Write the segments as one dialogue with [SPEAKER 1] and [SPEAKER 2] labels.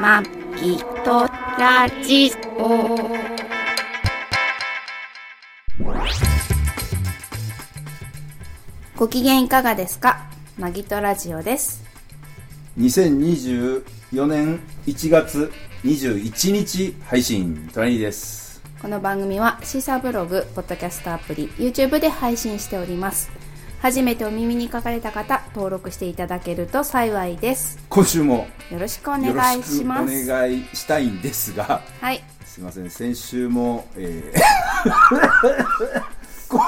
[SPEAKER 1] まきとラジオ。ご機嫌いかがですかまぎとラジオです。
[SPEAKER 2] 2024年1月21日配信トラニーです
[SPEAKER 1] この番組はシーサーブログ、ポッドキャストアプリ、YouTube で配信しております。初めてお耳に書かれた方、登録していただけると幸いです。
[SPEAKER 2] 今週も
[SPEAKER 1] よろしくお
[SPEAKER 2] よろ
[SPEAKER 1] 願い
[SPEAKER 2] し
[SPEAKER 1] し
[SPEAKER 2] くお
[SPEAKER 1] ます。
[SPEAKER 2] 願いしたいんですが
[SPEAKER 1] はい。
[SPEAKER 2] すいません先週もえー こ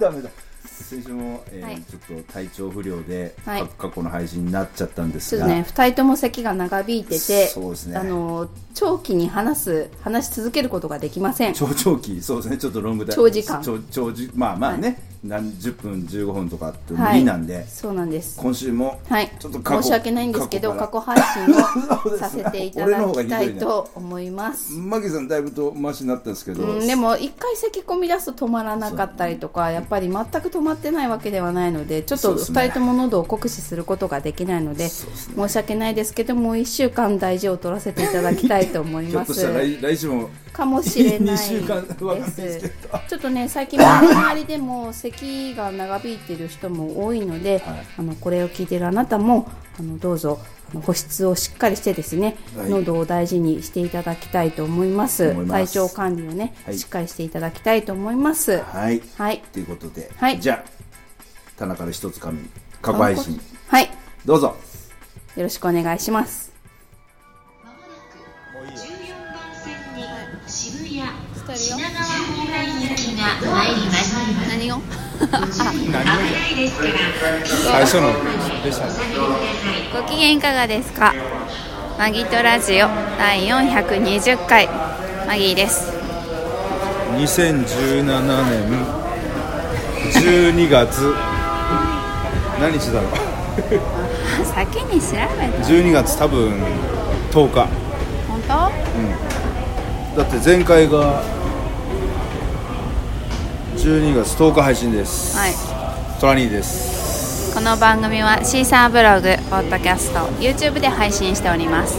[SPEAKER 2] ダメだ先週も、えー
[SPEAKER 1] はい
[SPEAKER 2] ちょっと体調不良で、
[SPEAKER 1] はい
[SPEAKER 2] 過去の配信になっちゃったんで
[SPEAKER 1] ち
[SPEAKER 2] す
[SPEAKER 1] ょっ
[SPEAKER 2] が、
[SPEAKER 1] とね、二人とも咳が長引いてて、
[SPEAKER 2] そうですね
[SPEAKER 1] あの、長期に話す、話し続けることができません。
[SPEAKER 2] 長長期そうですねちょっとロングタイム
[SPEAKER 1] 長時間
[SPEAKER 2] 長長時まあまあね、何10分15分とかって無
[SPEAKER 1] はい
[SPEAKER 2] 理なんで、
[SPEAKER 1] そうなんです。
[SPEAKER 2] 今週も
[SPEAKER 1] はい。
[SPEAKER 2] ちょっと過去
[SPEAKER 1] 申し訳ないんですけど、過去
[SPEAKER 2] 過去
[SPEAKER 1] 配信
[SPEAKER 2] そう
[SPEAKER 1] を
[SPEAKER 2] です
[SPEAKER 1] させていた
[SPEAKER 2] 俺の
[SPEAKER 1] だ
[SPEAKER 2] 方
[SPEAKER 1] き
[SPEAKER 2] がひど
[SPEAKER 1] た
[SPEAKER 2] いね
[SPEAKER 1] いと思い ます。
[SPEAKER 2] マギさんだいぶとマシになったんですけど、
[SPEAKER 1] うん、でも一回咳込み出すと止まらなかったりとかやっぱり全く止まってないわけではないのでちょっ
[SPEAKER 2] そ
[SPEAKER 1] と
[SPEAKER 2] うですね
[SPEAKER 1] 2人とも喉を酷使することができないので
[SPEAKER 2] そうです
[SPEAKER 1] 申し訳ないですけどもう1週間大事を取らせていただきたいと思い
[SPEAKER 2] ひょ
[SPEAKER 1] ま
[SPEAKER 2] っとしたら
[SPEAKER 1] す。
[SPEAKER 2] 来来週も
[SPEAKER 1] かもしれないで
[SPEAKER 2] 二週間わかんないです
[SPEAKER 1] す
[SPEAKER 2] けど。
[SPEAKER 1] ちょっとね最近周りでも咳が長引いている人も多いので、
[SPEAKER 2] はい
[SPEAKER 1] あのこれを聞いているあなたもあのどうぞあの保湿をしっかりしてですね、
[SPEAKER 2] はい
[SPEAKER 1] 喉を大事にしていただきたいと思います。
[SPEAKER 2] 思いま
[SPEAKER 1] 体
[SPEAKER 2] す
[SPEAKER 1] 調管理をね、
[SPEAKER 2] はい
[SPEAKER 1] しっかりしていただきたいと思います。
[SPEAKER 2] はい
[SPEAKER 1] はい。
[SPEAKER 2] ということで、
[SPEAKER 1] はい
[SPEAKER 2] じゃあ田中の一つ紙過去配信
[SPEAKER 1] はい。
[SPEAKER 2] どうぞ
[SPEAKER 1] よろしくお願いします。
[SPEAKER 3] まもなく14番線に渋谷品川方面行きが参ります。
[SPEAKER 1] 何を？
[SPEAKER 3] 危ないですから、
[SPEAKER 2] 最初の
[SPEAKER 1] ご機嫌いかがですかマギトラジオ第420回マギーです
[SPEAKER 2] 2017年12月何日だろう
[SPEAKER 1] 先に調べ
[SPEAKER 2] 12月多分10日
[SPEAKER 1] た本当
[SPEAKER 2] だって前回が12月10日配信です
[SPEAKER 1] はい
[SPEAKER 2] トラニーです
[SPEAKER 1] この番組はシーサーブログ、ポッドキャスト、YouTube で配信しております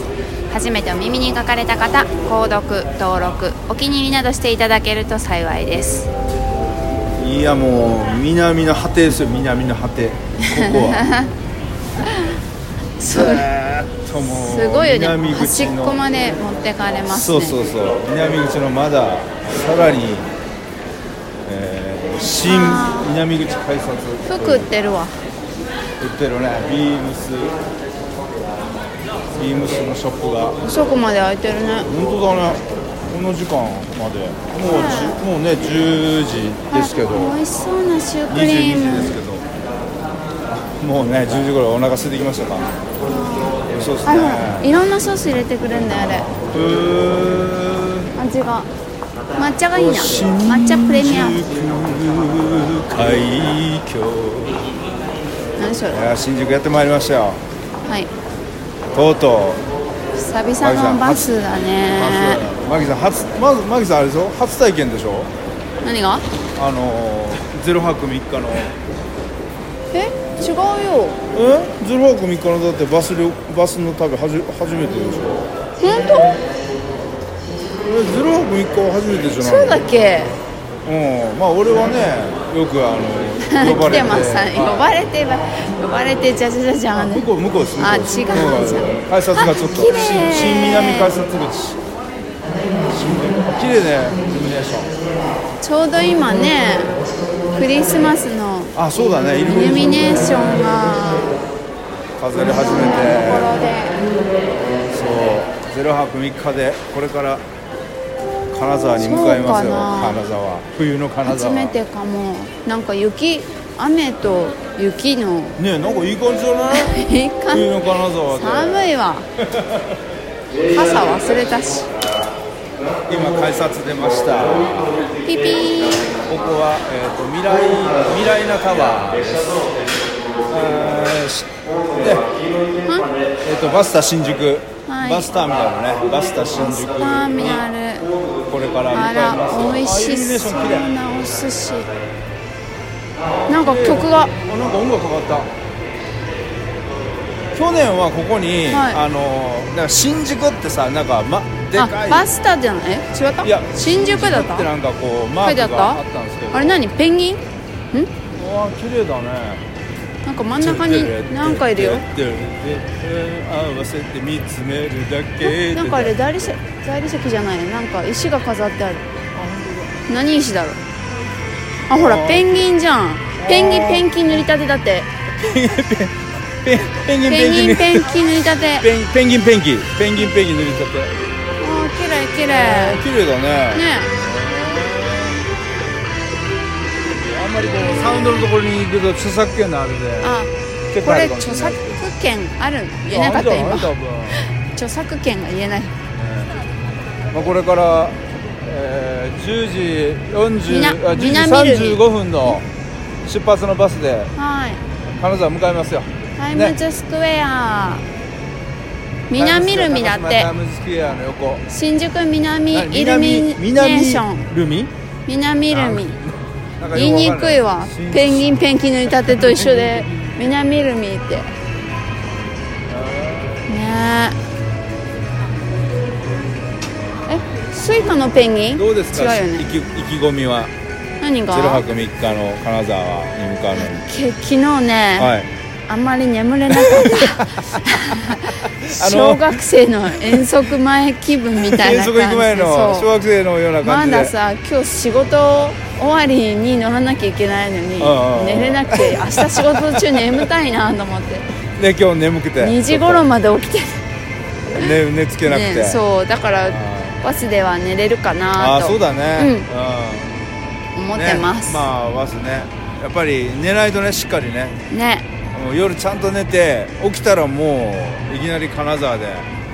[SPEAKER 1] 初めてお耳に書かれた方、購読、登録、お気に入りなどしていただけると幸いです
[SPEAKER 2] いやもう南の果てですよ南の果てここ はずーっともう
[SPEAKER 1] すごいよね、
[SPEAKER 2] 南
[SPEAKER 1] 端
[SPEAKER 2] 口
[SPEAKER 1] っ
[SPEAKER 2] の
[SPEAKER 1] こまで持ってかれます
[SPEAKER 2] そ
[SPEAKER 1] ね
[SPEAKER 2] うそうそう南口のまださらに、えー新南口改札
[SPEAKER 1] 服売ってるわ
[SPEAKER 2] 売ってるねビームスビームスのショップが
[SPEAKER 1] 遅くまで開いてるね
[SPEAKER 2] 本当だねこの時間までもうじもうね10時ですけど
[SPEAKER 1] あ美味しそうなシュークリ
[SPEAKER 2] 22時
[SPEAKER 1] ー
[SPEAKER 2] で
[SPEAKER 1] ム
[SPEAKER 2] すけどもうね10時頃お腹空いてきましたかそうです
[SPEAKER 1] あ
[SPEAKER 2] ね
[SPEAKER 1] ほらいろんなソース入れてくれるんだよあれ
[SPEAKER 2] うーん
[SPEAKER 1] 味が抹茶がいいな抹茶プレミアム
[SPEAKER 2] 新宿海峡
[SPEAKER 1] 何それ
[SPEAKER 2] いや新宿やってまいりましたよ
[SPEAKER 1] はい
[SPEAKER 2] とうと
[SPEAKER 1] 久々のバスだ
[SPEAKER 2] う
[SPEAKER 1] ね
[SPEAKER 2] マギさん初まずマギさんあれでしょ初体験でしょ
[SPEAKER 1] 何が
[SPEAKER 2] あのーゼロ泊3日の
[SPEAKER 1] え違うよ
[SPEAKER 2] えゼロ泊3日のだってバス旅バスの旅はじ初めてでしょ
[SPEAKER 1] 本当
[SPEAKER 2] えゼロ泊3日は初めてじゃない
[SPEAKER 1] そうだっけ
[SPEAKER 2] うんまあ俺はねよくあ の呼ば
[SPEAKER 1] 来
[SPEAKER 2] れて
[SPEAKER 1] てます呼
[SPEAKER 2] あ
[SPEAKER 1] ばれてば呼ばれてじゃじゃじゃじゃん
[SPEAKER 2] 向こう向こうです向こ
[SPEAKER 1] あ
[SPEAKER 2] うです
[SPEAKER 1] 違う
[SPEAKER 2] 向こ
[SPEAKER 1] じゃ
[SPEAKER 2] 改札がちょっと
[SPEAKER 1] あ綺麗
[SPEAKER 2] 新新南改札口新南綺麗ねイルミネーション
[SPEAKER 1] ちょうど今ねクリスマスの
[SPEAKER 2] あそうだねイル
[SPEAKER 1] イルミ
[SPEAKER 2] ミネーシ
[SPEAKER 1] ネーションが
[SPEAKER 2] ョン飾り始
[SPEAKER 1] とこ
[SPEAKER 2] めて
[SPEAKER 1] ろで
[SPEAKER 2] そうゼロ泊3日でこれから金沢に向かいます
[SPEAKER 1] そう
[SPEAKER 2] よ
[SPEAKER 1] かな
[SPEAKER 2] 金沢冬の金
[SPEAKER 1] 初
[SPEAKER 2] 沢
[SPEAKER 1] めてかもなんか雪雨と雪の
[SPEAKER 2] ねえなんかいい感じじゃない
[SPEAKER 1] いい感じ
[SPEAKER 2] 冬の金沢で
[SPEAKER 1] 寒いわ傘忘れたし
[SPEAKER 2] 今改札出ました
[SPEAKER 1] ピピー
[SPEAKER 2] ここは、えー、と未来未来なタワーですえーしでえー、とバスタ新宿、
[SPEAKER 1] はい
[SPEAKER 2] バスターミナルねバスタ新宿
[SPEAKER 1] ターミナル
[SPEAKER 2] これから
[SPEAKER 1] あ
[SPEAKER 2] 向かいます
[SPEAKER 1] ら美味
[SPEAKER 2] あイ
[SPEAKER 1] し
[SPEAKER 2] ルミネーシ
[SPEAKER 1] そ
[SPEAKER 2] ョ
[SPEAKER 1] う
[SPEAKER 2] ン綺麗
[SPEAKER 1] なお寿司なんか曲が
[SPEAKER 2] あなんか音楽かかった去年はここに、
[SPEAKER 1] はい
[SPEAKER 2] あのなんか新宿ってさなんか、ま、で
[SPEAKER 1] あ
[SPEAKER 2] かい
[SPEAKER 1] バスタじゃない違った
[SPEAKER 2] いや
[SPEAKER 1] 新宿だっ
[SPEAKER 2] って
[SPEAKER 1] た
[SPEAKER 2] なんかこうマ
[SPEAKER 1] 書
[SPEAKER 2] ー
[SPEAKER 1] いてあっ
[SPEAKER 2] ク
[SPEAKER 1] た
[SPEAKER 2] があったんですけど
[SPEAKER 1] あれ何ペンギンん
[SPEAKER 2] うわ綺麗だね
[SPEAKER 1] なんか真ん中に何かいるよ
[SPEAKER 2] 合わせて見つめるだけ
[SPEAKER 1] なんかあれ大理石大理石じゃないなんか石が飾ってある何石だろうあほら
[SPEAKER 2] あー
[SPEAKER 1] ペンギンじゃんペンギンペンキ塗りたてだって
[SPEAKER 2] ペンペンギ
[SPEAKER 1] ペン
[SPEAKER 2] ンペンギ
[SPEAKER 1] ギン
[SPEAKER 2] ン
[SPEAKER 1] ペンキ塗りたてあー
[SPEAKER 2] ペンペンギンペンギンペンギンペンギン塗りたて
[SPEAKER 1] 綺麗綺麗
[SPEAKER 2] あー綺麗だね
[SPEAKER 1] ね
[SPEAKER 2] あんまりこうサウンドのところに行くと著作権のあれで
[SPEAKER 1] あ
[SPEAKER 2] 結
[SPEAKER 1] こ
[SPEAKER 2] 構あ
[SPEAKER 1] れ
[SPEAKER 2] るかもし
[SPEAKER 1] 著
[SPEAKER 2] れな
[SPEAKER 1] 作
[SPEAKER 2] い
[SPEAKER 1] 権ある言えなかった
[SPEAKER 2] ああ
[SPEAKER 1] 今
[SPEAKER 2] るじゃんある多分
[SPEAKER 1] 著作権が言えない
[SPEAKER 2] まあ、これから、えー、10時
[SPEAKER 1] みな
[SPEAKER 2] 40あ
[SPEAKER 1] みな
[SPEAKER 2] 10
[SPEAKER 1] みる
[SPEAKER 2] 時
[SPEAKER 1] に
[SPEAKER 2] 35分の出発のバスで
[SPEAKER 1] はい
[SPEAKER 2] 金沢向かいますよ
[SPEAKER 1] タイムズスクエア、南ルミだって
[SPEAKER 2] タイムズスクエアの横
[SPEAKER 1] 新宿南
[SPEAKER 2] 何
[SPEAKER 1] イルミネーション
[SPEAKER 2] 南ルミ
[SPEAKER 1] 南ルミ
[SPEAKER 2] なんか
[SPEAKER 1] 言
[SPEAKER 2] よ
[SPEAKER 1] い
[SPEAKER 2] く
[SPEAKER 1] に
[SPEAKER 2] わかんな
[SPEAKER 1] くいわ
[SPEAKER 2] 新
[SPEAKER 1] ペンギンペンキ塗りたてと一緒で南ルミってねええスイカのペンギン
[SPEAKER 2] どうですか、
[SPEAKER 1] 違うよ
[SPEAKER 2] 意
[SPEAKER 1] ね
[SPEAKER 2] 気意気込みは
[SPEAKER 1] 何
[SPEAKER 2] 0
[SPEAKER 1] が
[SPEAKER 2] 泊3日の金沢に向かうのに
[SPEAKER 1] け昨日ね、
[SPEAKER 2] はい
[SPEAKER 1] あんまり眠れなか った小学生の遠足前気分みたい
[SPEAKER 2] 遠
[SPEAKER 1] な感じ
[SPEAKER 2] 足行く前の
[SPEAKER 1] そう
[SPEAKER 2] 小学生のような
[SPEAKER 1] ま
[SPEAKER 2] 感じで
[SPEAKER 1] ださ今日仕事終わりに乗らなきゃいけないのに
[SPEAKER 2] うんうん
[SPEAKER 1] 寝れなく て明日仕事中眠たいなと思って
[SPEAKER 2] で今日眠くて
[SPEAKER 1] 2時頃まで起きて
[SPEAKER 2] 寝寝つけなくて、
[SPEAKER 1] ねそうだから
[SPEAKER 2] あ
[SPEAKER 1] バスでは寝れるか
[SPEAKER 2] あ
[SPEAKER 1] な
[SPEAKER 2] ー
[SPEAKER 1] と
[SPEAKER 2] そうだね、
[SPEAKER 1] うん思ってます
[SPEAKER 2] ね、まあバスねやっぱり寝ないとねしっかりね
[SPEAKER 1] ね
[SPEAKER 2] もう夜ちゃんと寝て起きたらもういきなり金沢で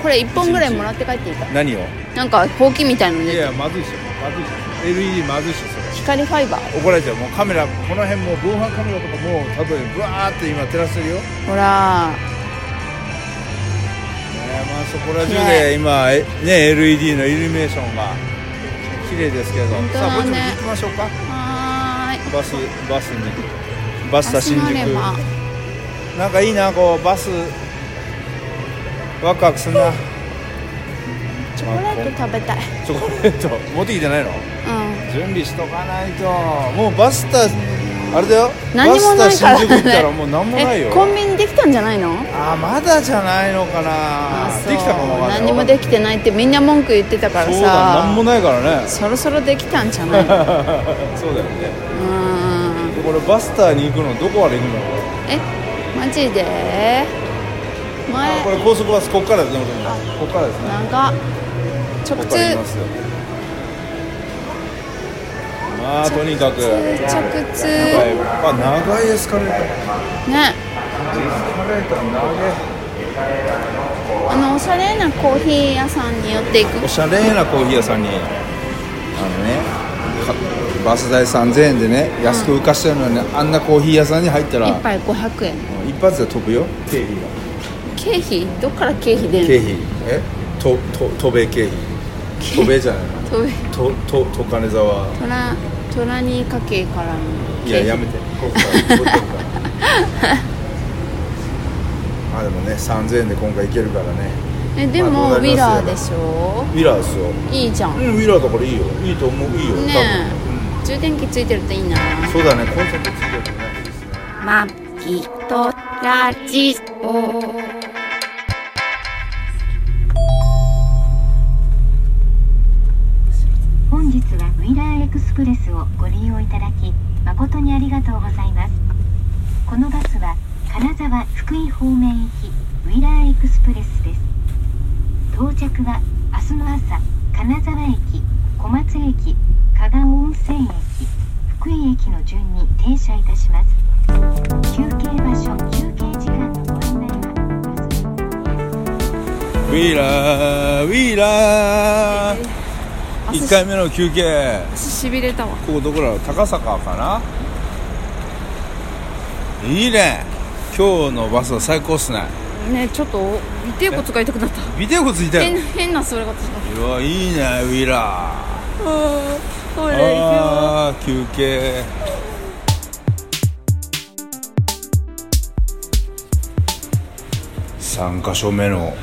[SPEAKER 1] これ1本ぐらいもらって帰っていいか
[SPEAKER 2] 何を
[SPEAKER 1] なんかほうきみたいの
[SPEAKER 2] い
[SPEAKER 1] で
[SPEAKER 2] やまずいっしょまずいっしょ LED まずいっしょそれ
[SPEAKER 1] 光ファイバー
[SPEAKER 2] 怒られちゃうもうカメラこの辺もう防犯カメラとかもう多分ブワーって今照らしてるよ、ね
[SPEAKER 1] ほら
[SPEAKER 2] まあ、そこら中で今えね LED のイルミネーションが綺麗ですけど、
[SPEAKER 1] 本当だ
[SPEAKER 2] さ
[SPEAKER 1] ね
[SPEAKER 2] あこっちも行きましょうか
[SPEAKER 1] はーい
[SPEAKER 2] バスバスにバスタ新
[SPEAKER 1] 明日乗れ
[SPEAKER 2] 宿
[SPEAKER 1] ば
[SPEAKER 2] なんかいいなこうバスワクワクすんな
[SPEAKER 1] チョコレート食べたい
[SPEAKER 2] チョコレート持ってきてないの
[SPEAKER 1] う
[SPEAKER 2] 準備しとかないともうバスタあれだよ
[SPEAKER 1] ん何もな
[SPEAKER 2] バ
[SPEAKER 1] い
[SPEAKER 2] ス
[SPEAKER 1] か
[SPEAKER 2] タ
[SPEAKER 1] ら
[SPEAKER 2] 新宿行ったらもう何もない
[SPEAKER 1] ね
[SPEAKER 2] よ
[SPEAKER 1] えコンビニできたんじゃないの
[SPEAKER 2] あーまだじゃないのかな
[SPEAKER 1] そう
[SPEAKER 2] できたかもわかんない
[SPEAKER 1] 何もできてないってみんな文句言ってたから
[SPEAKER 2] そうだ
[SPEAKER 1] さ
[SPEAKER 2] 何もないからね
[SPEAKER 1] そろそろできたんじゃないう
[SPEAKER 2] そうだよね
[SPEAKER 1] ーん
[SPEAKER 2] これバスターに行くのどこまで行くの
[SPEAKER 1] えマジで
[SPEAKER 2] あこ
[SPEAKER 1] 前
[SPEAKER 2] れ高速バスこっからですねこっからですね
[SPEAKER 1] 長っ直
[SPEAKER 2] こっ
[SPEAKER 1] 通
[SPEAKER 2] から行きますよまあとにかく
[SPEAKER 1] 直通
[SPEAKER 2] はいまあ長いエスカレーターエ
[SPEAKER 1] ね
[SPEAKER 2] スカレーター長い
[SPEAKER 1] あのおしゃれなコーヒー屋さんに寄っていく
[SPEAKER 2] おしゃれなコーヒー屋さんにあのねかバス代3000円でね安く浮かしてるのに、あんなコーヒー屋さんに入ったら
[SPEAKER 1] 一杯500円
[SPEAKER 2] 一発で飛ぶよ経費が
[SPEAKER 1] 経費どっから経費出
[SPEAKER 2] 経
[SPEAKER 1] る
[SPEAKER 2] 費えとと飛べ経費飛べじゃないの
[SPEAKER 1] のと
[SPEAKER 2] ととと金沢
[SPEAKER 1] トラトラニー家計からの
[SPEAKER 2] い
[SPEAKER 1] 経
[SPEAKER 2] や
[SPEAKER 1] 費
[SPEAKER 2] やめ てこっからこっからあでもね3000円で今回行けるからね
[SPEAKER 1] えでも、
[SPEAKER 2] まあ
[SPEAKER 1] ウ
[SPEAKER 2] どうなり
[SPEAKER 1] ィ
[SPEAKER 2] ます
[SPEAKER 1] ラーでしょ
[SPEAKER 2] ウィラーですよ
[SPEAKER 1] いいじゃ
[SPEAKER 2] うん
[SPEAKER 1] ね
[SPEAKER 2] んウィラーだからいいよいいと思ういいよ多分、
[SPEAKER 1] え充電器ついてるといいな
[SPEAKER 2] うん、そうだねコンセントついてるとねいいですね
[SPEAKER 1] マギトラジオ
[SPEAKER 4] 本日はウィラーエクスプレスをご利用いただき誠にありがとうございますこのバスは金沢福井方面行きウィラーエクスプレスです到着は明日の朝金沢駅小松駅加賀温泉駅福井駅の順に停車いたします休憩場所休憩時間のご案内はよろしく
[SPEAKER 2] ウィーラーウィーラー1回目の休憩
[SPEAKER 1] しびれたわ
[SPEAKER 2] ここどこだろう高坂かないいね今日のバスは最高っすね
[SPEAKER 1] ねちょっと尾てい骨が痛くなった
[SPEAKER 2] ビデオついたよ
[SPEAKER 1] 変変な座り方した
[SPEAKER 2] うわいいねウィーラー
[SPEAKER 1] あーこれ行
[SPEAKER 2] あー休憩3か所目の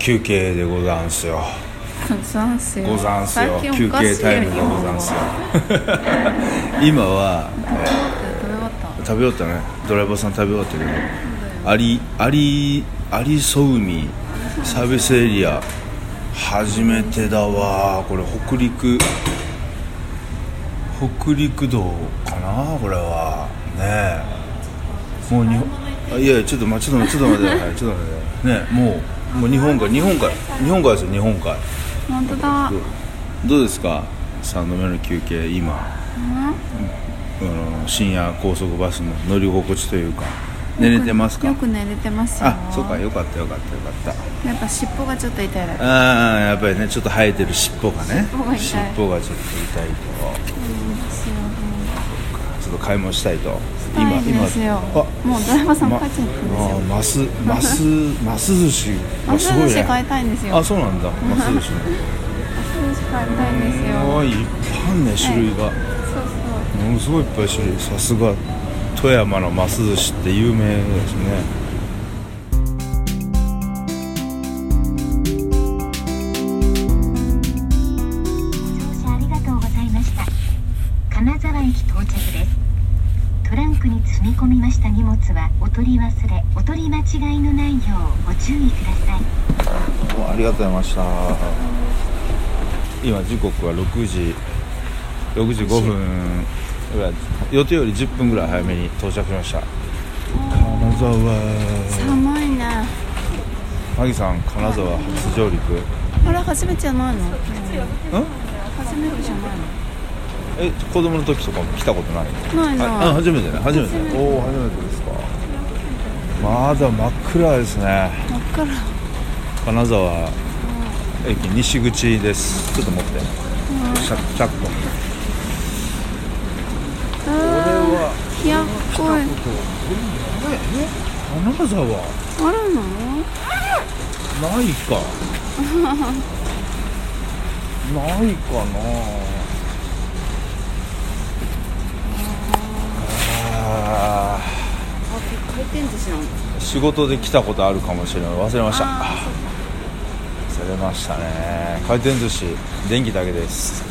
[SPEAKER 2] 休憩でござんすよ
[SPEAKER 1] ござんすよ
[SPEAKER 2] ござんすよ
[SPEAKER 1] 最近
[SPEAKER 2] 休
[SPEAKER 1] おかしいよ
[SPEAKER 2] 憩タイムがござんすよ 今は
[SPEAKER 1] 食べ終わった
[SPEAKER 2] 食べ終わったねドライバーさん食べ終わったけどアリアリアリソウミサービスエリア初めてだわこれ北陸北陸道かなこれはねえもう日本あいやいやちょっと待ちょっと待ってちょっと 待って、はい、ちょっと待ってねえもうもう日本海日本海日本海ですよ日本海
[SPEAKER 1] 本当だ
[SPEAKER 2] どうですか3度目の休憩今、あの深夜高速バスの乗り心地というか寝れてますか
[SPEAKER 1] よく寝れてますよ
[SPEAKER 2] あそうかよかったよかったよかった
[SPEAKER 1] やっぱ尻尾がちょっと痛いだけ
[SPEAKER 2] ああやっぱりねちょっと生えてる尻尾がね
[SPEAKER 1] 尻尾が痛い
[SPEAKER 2] 尾がちょっと痛いと
[SPEAKER 1] ですよ
[SPEAKER 2] ちょっと買い物したいと
[SPEAKER 1] 痛いですよもうドライバーさん帰っちゃったんですよ
[SPEAKER 2] まあマスマスマス寿 司
[SPEAKER 1] マス寿司買い
[SPEAKER 2] い
[SPEAKER 1] たいんですよ
[SPEAKER 2] あそうなんだマス寿司ね
[SPEAKER 1] マス寿司買いたいんです
[SPEAKER 2] す
[SPEAKER 1] よ
[SPEAKER 2] ごいいっぱいあんね種類が、
[SPEAKER 1] そうそ
[SPEAKER 2] ものすごいいっぱい種類さすが富山のます寿司って有名ですね
[SPEAKER 4] 乗車ありがとうございました金沢駅到着ですトランクに積み込みました荷物はお取り忘れお取り間違いのないようご注意ください
[SPEAKER 2] どうもありがとうございました今時刻は6時6時5分ぐらい予定より10分ぐらい早めに到着しました金沢
[SPEAKER 1] う寒いね
[SPEAKER 2] マギさん金沢初上陸
[SPEAKER 1] あれ初めてじゃないの
[SPEAKER 2] うん
[SPEAKER 1] 初めてじゃないの
[SPEAKER 2] え子供の時とかも来たことない
[SPEAKER 1] ないな
[SPEAKER 2] ああ初めてね初めてねおお初めてですかまだ真っ暗ですね
[SPEAKER 1] 真っ暗
[SPEAKER 2] 金沢駅西口ですちょっと持ってシャッシャッとこ
[SPEAKER 1] あ
[SPEAKER 2] れは
[SPEAKER 1] ーやっこい
[SPEAKER 2] ええ金沢
[SPEAKER 1] あるの
[SPEAKER 2] ない かないかなあ
[SPEAKER 1] あ回転寿司なの
[SPEAKER 2] ー仕事で来たことあるかもしれない忘れました
[SPEAKER 1] あ
[SPEAKER 2] 忘れましたね回転寿司電気だけです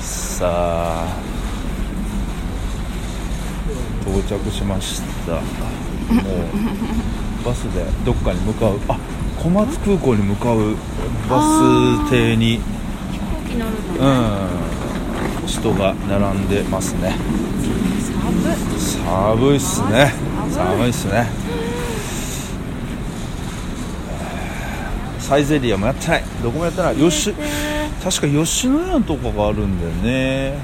[SPEAKER 2] さあ到着しましたもうバスでどっかに向かうあ小松空港に向かうバス停に
[SPEAKER 1] 飛行機乗るの
[SPEAKER 2] うん人が並んでますね
[SPEAKER 1] 寒い
[SPEAKER 2] 寒いっすね寒いっすねサイゼリアもやってないどこもやってない吉確か吉野家のとこがあるんだよね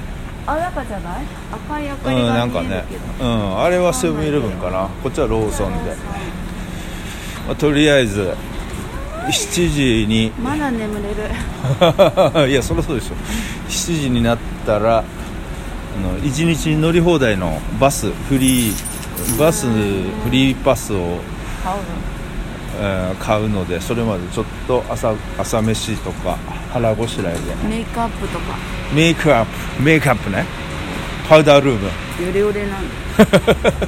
[SPEAKER 1] あなんかじゃない赤い明
[SPEAKER 2] う
[SPEAKER 1] か
[SPEAKER 2] ん
[SPEAKER 1] りが
[SPEAKER 2] なん
[SPEAKER 1] 見
[SPEAKER 2] か
[SPEAKER 1] え
[SPEAKER 2] ね
[SPEAKER 1] るけど、
[SPEAKER 2] うん、あれはセブンイレブンかなこっちはローソンで、まあとりあえず7時に
[SPEAKER 1] まだ眠れる
[SPEAKER 2] いやそりゃそうでしょ7時になったらあの1日に乗り放題のバスフリーバスフリーパスを
[SPEAKER 1] 買うの
[SPEAKER 2] えー買うのでそれまでちょっと朝朝飯とか腹ごしらえで
[SPEAKER 1] メイクアップとか
[SPEAKER 2] メイクアップメイクアップねパウダールーム
[SPEAKER 1] ヨレヨレなんで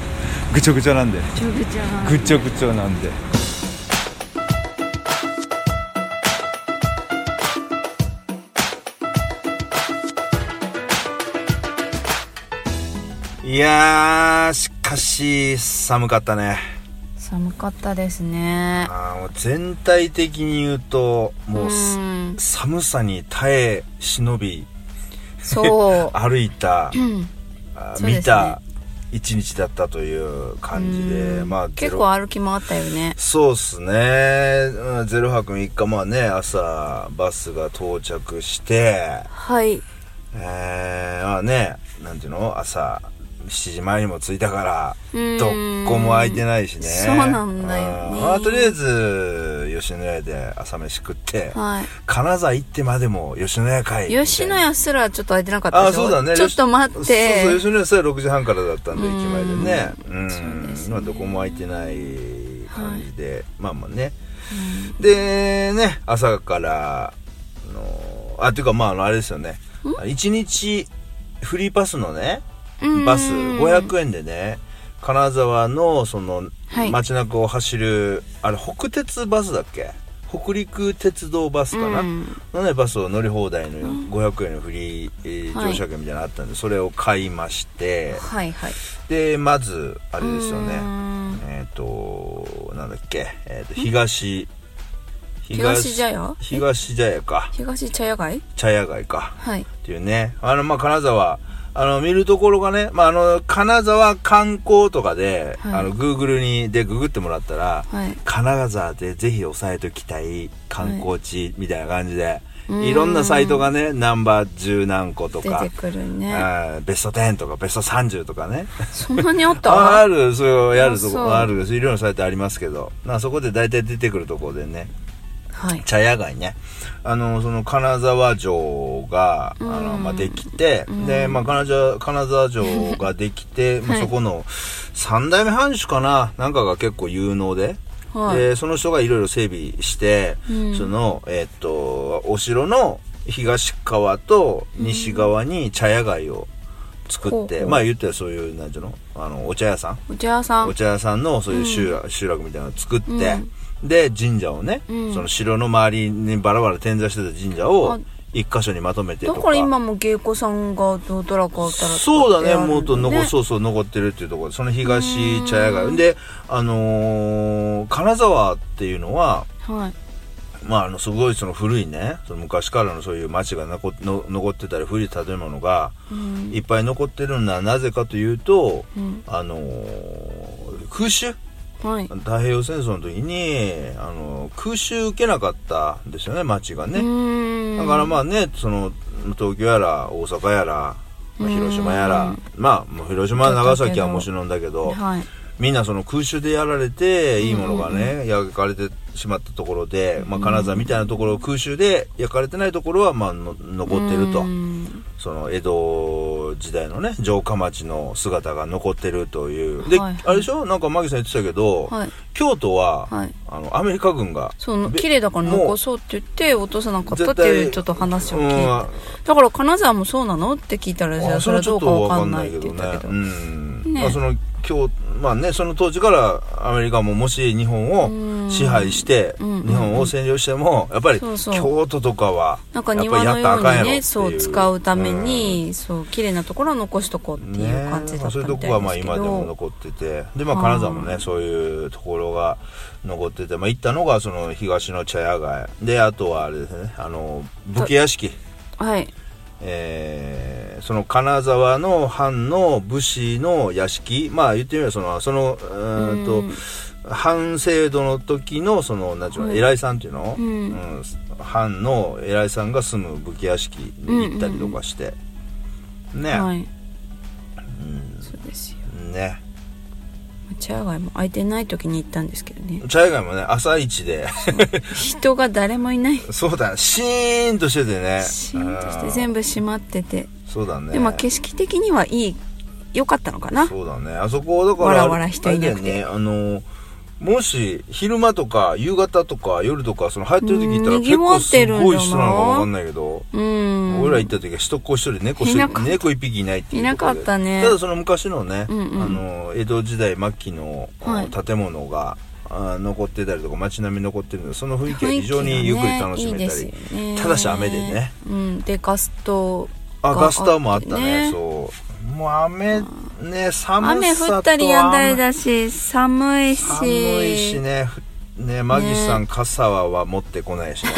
[SPEAKER 2] ぐちょぐちょなんで
[SPEAKER 1] ちょぐちょなんで
[SPEAKER 2] ぐちょぐちょなんでいやーしかし寒かったね
[SPEAKER 1] 寒かったですね
[SPEAKER 2] あーもう全体的に言うともうす
[SPEAKER 1] うん
[SPEAKER 2] 寒さに耐え忍び
[SPEAKER 1] そ
[SPEAKER 2] 歩いた、
[SPEAKER 1] ううん
[SPEAKER 2] あ
[SPEAKER 1] そうですね
[SPEAKER 2] 見た一日だったという感じで、
[SPEAKER 1] うん
[SPEAKER 2] まあゼ
[SPEAKER 1] 結
[SPEAKER 2] ロ
[SPEAKER 1] 構歩き回ったよね
[SPEAKER 2] そうっすね、うん、ゼロ泊3日まあね朝バスが到着して
[SPEAKER 1] はい
[SPEAKER 2] えー、まあねなんていうの朝7時前にも着いたから
[SPEAKER 1] うん
[SPEAKER 2] どこも空いてないしね
[SPEAKER 1] そうなんだよね
[SPEAKER 2] うんまあとりあえず吉野家で朝飯食って、
[SPEAKER 1] はい
[SPEAKER 2] 金沢行ってまでも吉野家会みたいな
[SPEAKER 1] 吉野家すらちょっと空いてなかった
[SPEAKER 2] あ
[SPEAKER 1] でしょ
[SPEAKER 2] そうだね
[SPEAKER 1] ちょっと待っ
[SPEAKER 2] そうそう
[SPEAKER 1] て
[SPEAKER 2] 吉野家さえ6時半からだったん
[SPEAKER 1] う
[SPEAKER 2] で駅
[SPEAKER 1] ん
[SPEAKER 2] 前でねうん
[SPEAKER 1] そうですね
[SPEAKER 2] まあどこも空いてない感じで、まあまあね、でね朝からあのあっていうかまああのあれですよね1日フリーパスのねバス
[SPEAKER 1] うん
[SPEAKER 2] 500円でね金沢のその
[SPEAKER 5] はい
[SPEAKER 2] 街中を走る、あれ北鉄バスだっけ北陸鉄道バスかな、
[SPEAKER 5] うん
[SPEAKER 2] のねバスを乗り放題の500円のフリー、えー
[SPEAKER 5] はい
[SPEAKER 2] 乗車券みたいなのあったんで、それを買いまして
[SPEAKER 5] はいはい
[SPEAKER 2] でまずあれですよね
[SPEAKER 5] うーん
[SPEAKER 2] えっ、となんだっけ、えー、と東
[SPEAKER 5] 東茶屋
[SPEAKER 2] 東茶屋か
[SPEAKER 5] 東茶屋街
[SPEAKER 2] 茶屋街か
[SPEAKER 5] はい
[SPEAKER 2] っていうねあのまあ金沢あの見るところがね、まあ、あの金沢観光とかで、
[SPEAKER 5] はい
[SPEAKER 2] あのグーグルにでググってもらったら、
[SPEAKER 5] はい
[SPEAKER 2] 金沢でぜひ押さえておきたい観光地みたいな感じで、
[SPEAKER 5] うん
[SPEAKER 2] い、ろんなサイトがねナンバー十何個と
[SPEAKER 5] 出
[SPEAKER 2] か
[SPEAKER 5] て、くる
[SPEAKER 2] あ
[SPEAKER 5] ね
[SPEAKER 2] ーベスト10とかベスト30とかね
[SPEAKER 5] そんなにあっ
[SPEAKER 2] あ
[SPEAKER 5] た
[SPEAKER 2] あるそれをやると
[SPEAKER 5] あそう
[SPEAKER 2] こあるいろんなサイトありますけどなそこで大体出てくるところでね
[SPEAKER 5] はい
[SPEAKER 2] 茶屋街ねあのその金沢城が、
[SPEAKER 5] ん
[SPEAKER 2] あのまあ、できて、
[SPEAKER 5] ん
[SPEAKER 2] で、まあ、金沢金沢城ができ て、まあ、そこの三代目藩主かななんかが結構有能で。
[SPEAKER 5] はい
[SPEAKER 2] でその人がいろいろ整備して、
[SPEAKER 5] うん
[SPEAKER 2] その、えっとお城の東側と西側に茶屋街を作って、
[SPEAKER 5] ほうほう
[SPEAKER 2] まあ言ったらそういうなんていうのあのお茶屋さん
[SPEAKER 5] お茶屋さん
[SPEAKER 2] お茶屋さんのそういう集落,、集落みたいなのを作って、で神社をね、
[SPEAKER 5] うん
[SPEAKER 2] その城の周りにバラバラ点在してた神社を
[SPEAKER 5] あ
[SPEAKER 2] 一箇所にまとめてと
[SPEAKER 5] だ
[SPEAKER 2] か
[SPEAKER 5] から今も芸妓さんがどうとらこうたらとかって
[SPEAKER 2] そうだ
[SPEAKER 5] ある
[SPEAKER 2] ねもっと残
[SPEAKER 5] ね
[SPEAKER 2] そうそう残ってるっていうところでその
[SPEAKER 5] うん
[SPEAKER 2] 東茶屋街であのー金沢っていうのは
[SPEAKER 5] はい
[SPEAKER 2] まあ、あのすごいその古いねその昔からのそういう町が残っの残ってたり古い建物が
[SPEAKER 5] うん
[SPEAKER 2] いっぱい残ってるのはなぜかというと、
[SPEAKER 5] うん
[SPEAKER 2] あのー空襲
[SPEAKER 5] はい
[SPEAKER 2] 太平洋戦争の時に、あの空襲受けなかったんですよね町がね、だ
[SPEAKER 5] だ
[SPEAKER 2] からまあねその東京やら大阪やらまあ広島やら、まあもう広島長崎はもちろんだけど、
[SPEAKER 5] はい
[SPEAKER 2] みんなその空襲でやられていいものがね、焼かれてしまったところで、まあ、金沢みたいなところ空襲で焼かれてないところはまあの残ってると
[SPEAKER 5] うん
[SPEAKER 2] その江戸時代のね城下町の姿が残ってるというで、
[SPEAKER 5] はいはい
[SPEAKER 2] あれでしょなんかマギさん言ってたけど、
[SPEAKER 5] はい
[SPEAKER 2] 京都は、
[SPEAKER 5] はい
[SPEAKER 2] あのアメリカ軍が
[SPEAKER 5] その
[SPEAKER 2] べ
[SPEAKER 5] 綺麗だから残そうって言って落とさなかったってい
[SPEAKER 2] 絶
[SPEAKER 5] う
[SPEAKER 2] 対
[SPEAKER 5] ちょっと話を
[SPEAKER 2] うん
[SPEAKER 5] 聞いてだから金沢もそうなのって聞いたらじゃ
[SPEAKER 2] あ
[SPEAKER 5] あそれはどうかわかんないって言っ
[SPEAKER 2] わ
[SPEAKER 5] たけ
[SPEAKER 2] か
[SPEAKER 5] ど
[SPEAKER 2] んないけどねうん
[SPEAKER 5] ね
[SPEAKER 2] まあその今日まあねその当時からアメリカももし日本を支配して日
[SPEAKER 5] うんうん
[SPEAKER 2] 本を占領してもやっぱり
[SPEAKER 5] そうそう
[SPEAKER 2] 京都とかは
[SPEAKER 5] なんか
[SPEAKER 2] やっ
[SPEAKER 5] 庭
[SPEAKER 2] ぱ
[SPEAKER 5] の
[SPEAKER 2] やったら
[SPEAKER 5] よ
[SPEAKER 2] あかんや
[SPEAKER 5] う
[SPEAKER 2] ろってい
[SPEAKER 5] にねそう使うためにそう綺麗なところは残しとこうってい
[SPEAKER 2] ね
[SPEAKER 5] う感じだ
[SPEAKER 2] まあ
[SPEAKER 5] った
[SPEAKER 2] そう
[SPEAKER 5] み
[SPEAKER 2] いう
[SPEAKER 5] た
[SPEAKER 2] と
[SPEAKER 5] いですけ
[SPEAKER 2] こ
[SPEAKER 5] ど
[SPEAKER 2] はまあ今でも残っててでまあ
[SPEAKER 5] あー
[SPEAKER 2] 金沢もねそういうところが残っててまあ行ったのがその東の茶屋街であとはあれですねあの武家屋敷
[SPEAKER 5] はい
[SPEAKER 2] えーその金沢の藩の武士の屋敷まあ言ってみればそのそのうーんと
[SPEAKER 5] うん
[SPEAKER 2] 藩制度の時のその何ていうの、
[SPEAKER 5] はい
[SPEAKER 2] 偉いさんっていうの、
[SPEAKER 5] うん
[SPEAKER 2] うん藩の偉いさんが住む武器屋敷に行ったりとかして、ね、
[SPEAKER 5] はい
[SPEAKER 2] うん
[SPEAKER 5] そうですよ
[SPEAKER 2] ね
[SPEAKER 5] 茶屋街も空いてない時に行ったんですけどね
[SPEAKER 2] 茶屋街もね朝一で
[SPEAKER 5] 人が誰もいない
[SPEAKER 2] そうだねシーンとしててね
[SPEAKER 5] シーンとし
[SPEAKER 2] う
[SPEAKER 5] て
[SPEAKER 2] ん
[SPEAKER 5] 全部閉まってて
[SPEAKER 2] そうだね
[SPEAKER 5] でも景色的にはいい良かったのかな
[SPEAKER 2] そうだねあそこだから
[SPEAKER 5] わらわら人いなくて
[SPEAKER 2] あれだよねあのもし昼間とか夕方とか夜とかその入ってる時行ったら
[SPEAKER 5] うん
[SPEAKER 2] 結構すごい人なのか
[SPEAKER 5] 賑わってるんだな
[SPEAKER 2] わかんないけど、
[SPEAKER 5] うん
[SPEAKER 2] 俺ら行った時は人っ子一人猫一
[SPEAKER 5] いなか
[SPEAKER 2] 人
[SPEAKER 5] った
[SPEAKER 2] 猫一匹いないっていうところで
[SPEAKER 5] いなかったね
[SPEAKER 2] ただその昔のね、
[SPEAKER 5] うんうん
[SPEAKER 2] あの江戸時代末期の、
[SPEAKER 5] はい
[SPEAKER 2] あの建物があ残ってたりとか街並み残ってるのでその雰囲気は非常にゆっくり楽しめたり、
[SPEAKER 5] 雰囲気がねいいですよね
[SPEAKER 2] ただし雨でね
[SPEAKER 5] うんでガスト
[SPEAKER 2] あガスターもあった
[SPEAKER 5] が
[SPEAKER 2] ねそうもう雨ね寒さと
[SPEAKER 5] 雨降ったりやんだりだし寒いし
[SPEAKER 2] 寒いしねふねマギさん、傘は持ってこないし ね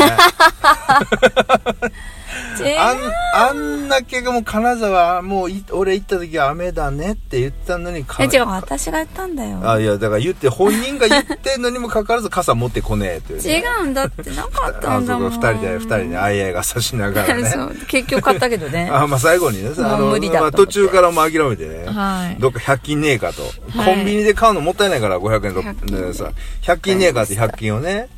[SPEAKER 5] ぜ
[SPEAKER 2] あんあんだけもう金沢もうい俺行った時は雨だねって言ったのにか
[SPEAKER 5] え違う私が言ったんだよ
[SPEAKER 2] あいやだから言って本人が言ってんのにもかかわらず傘持ってこねえっていう、ね、
[SPEAKER 5] 違うんだってなかった
[SPEAKER 2] あ
[SPEAKER 5] ん
[SPEAKER 2] そ
[SPEAKER 5] だも
[SPEAKER 2] こ
[SPEAKER 5] ん
[SPEAKER 2] 二人で二人であいあい傘しながらね
[SPEAKER 5] そう結局買ったけどね
[SPEAKER 2] あまあ最後にねあ
[SPEAKER 5] もう
[SPEAKER 2] の
[SPEAKER 5] 無理だと
[SPEAKER 2] ま
[SPEAKER 5] 思
[SPEAKER 2] あ、
[SPEAKER 5] って
[SPEAKER 2] 途中からもう諦めてね、
[SPEAKER 5] はい
[SPEAKER 2] どっか100均ねえかと、
[SPEAKER 5] はい
[SPEAKER 2] コンビニで買うのもったいないから500円と
[SPEAKER 5] 100均
[SPEAKER 2] ねさ100均ねえかって100均をね、
[SPEAKER 5] はい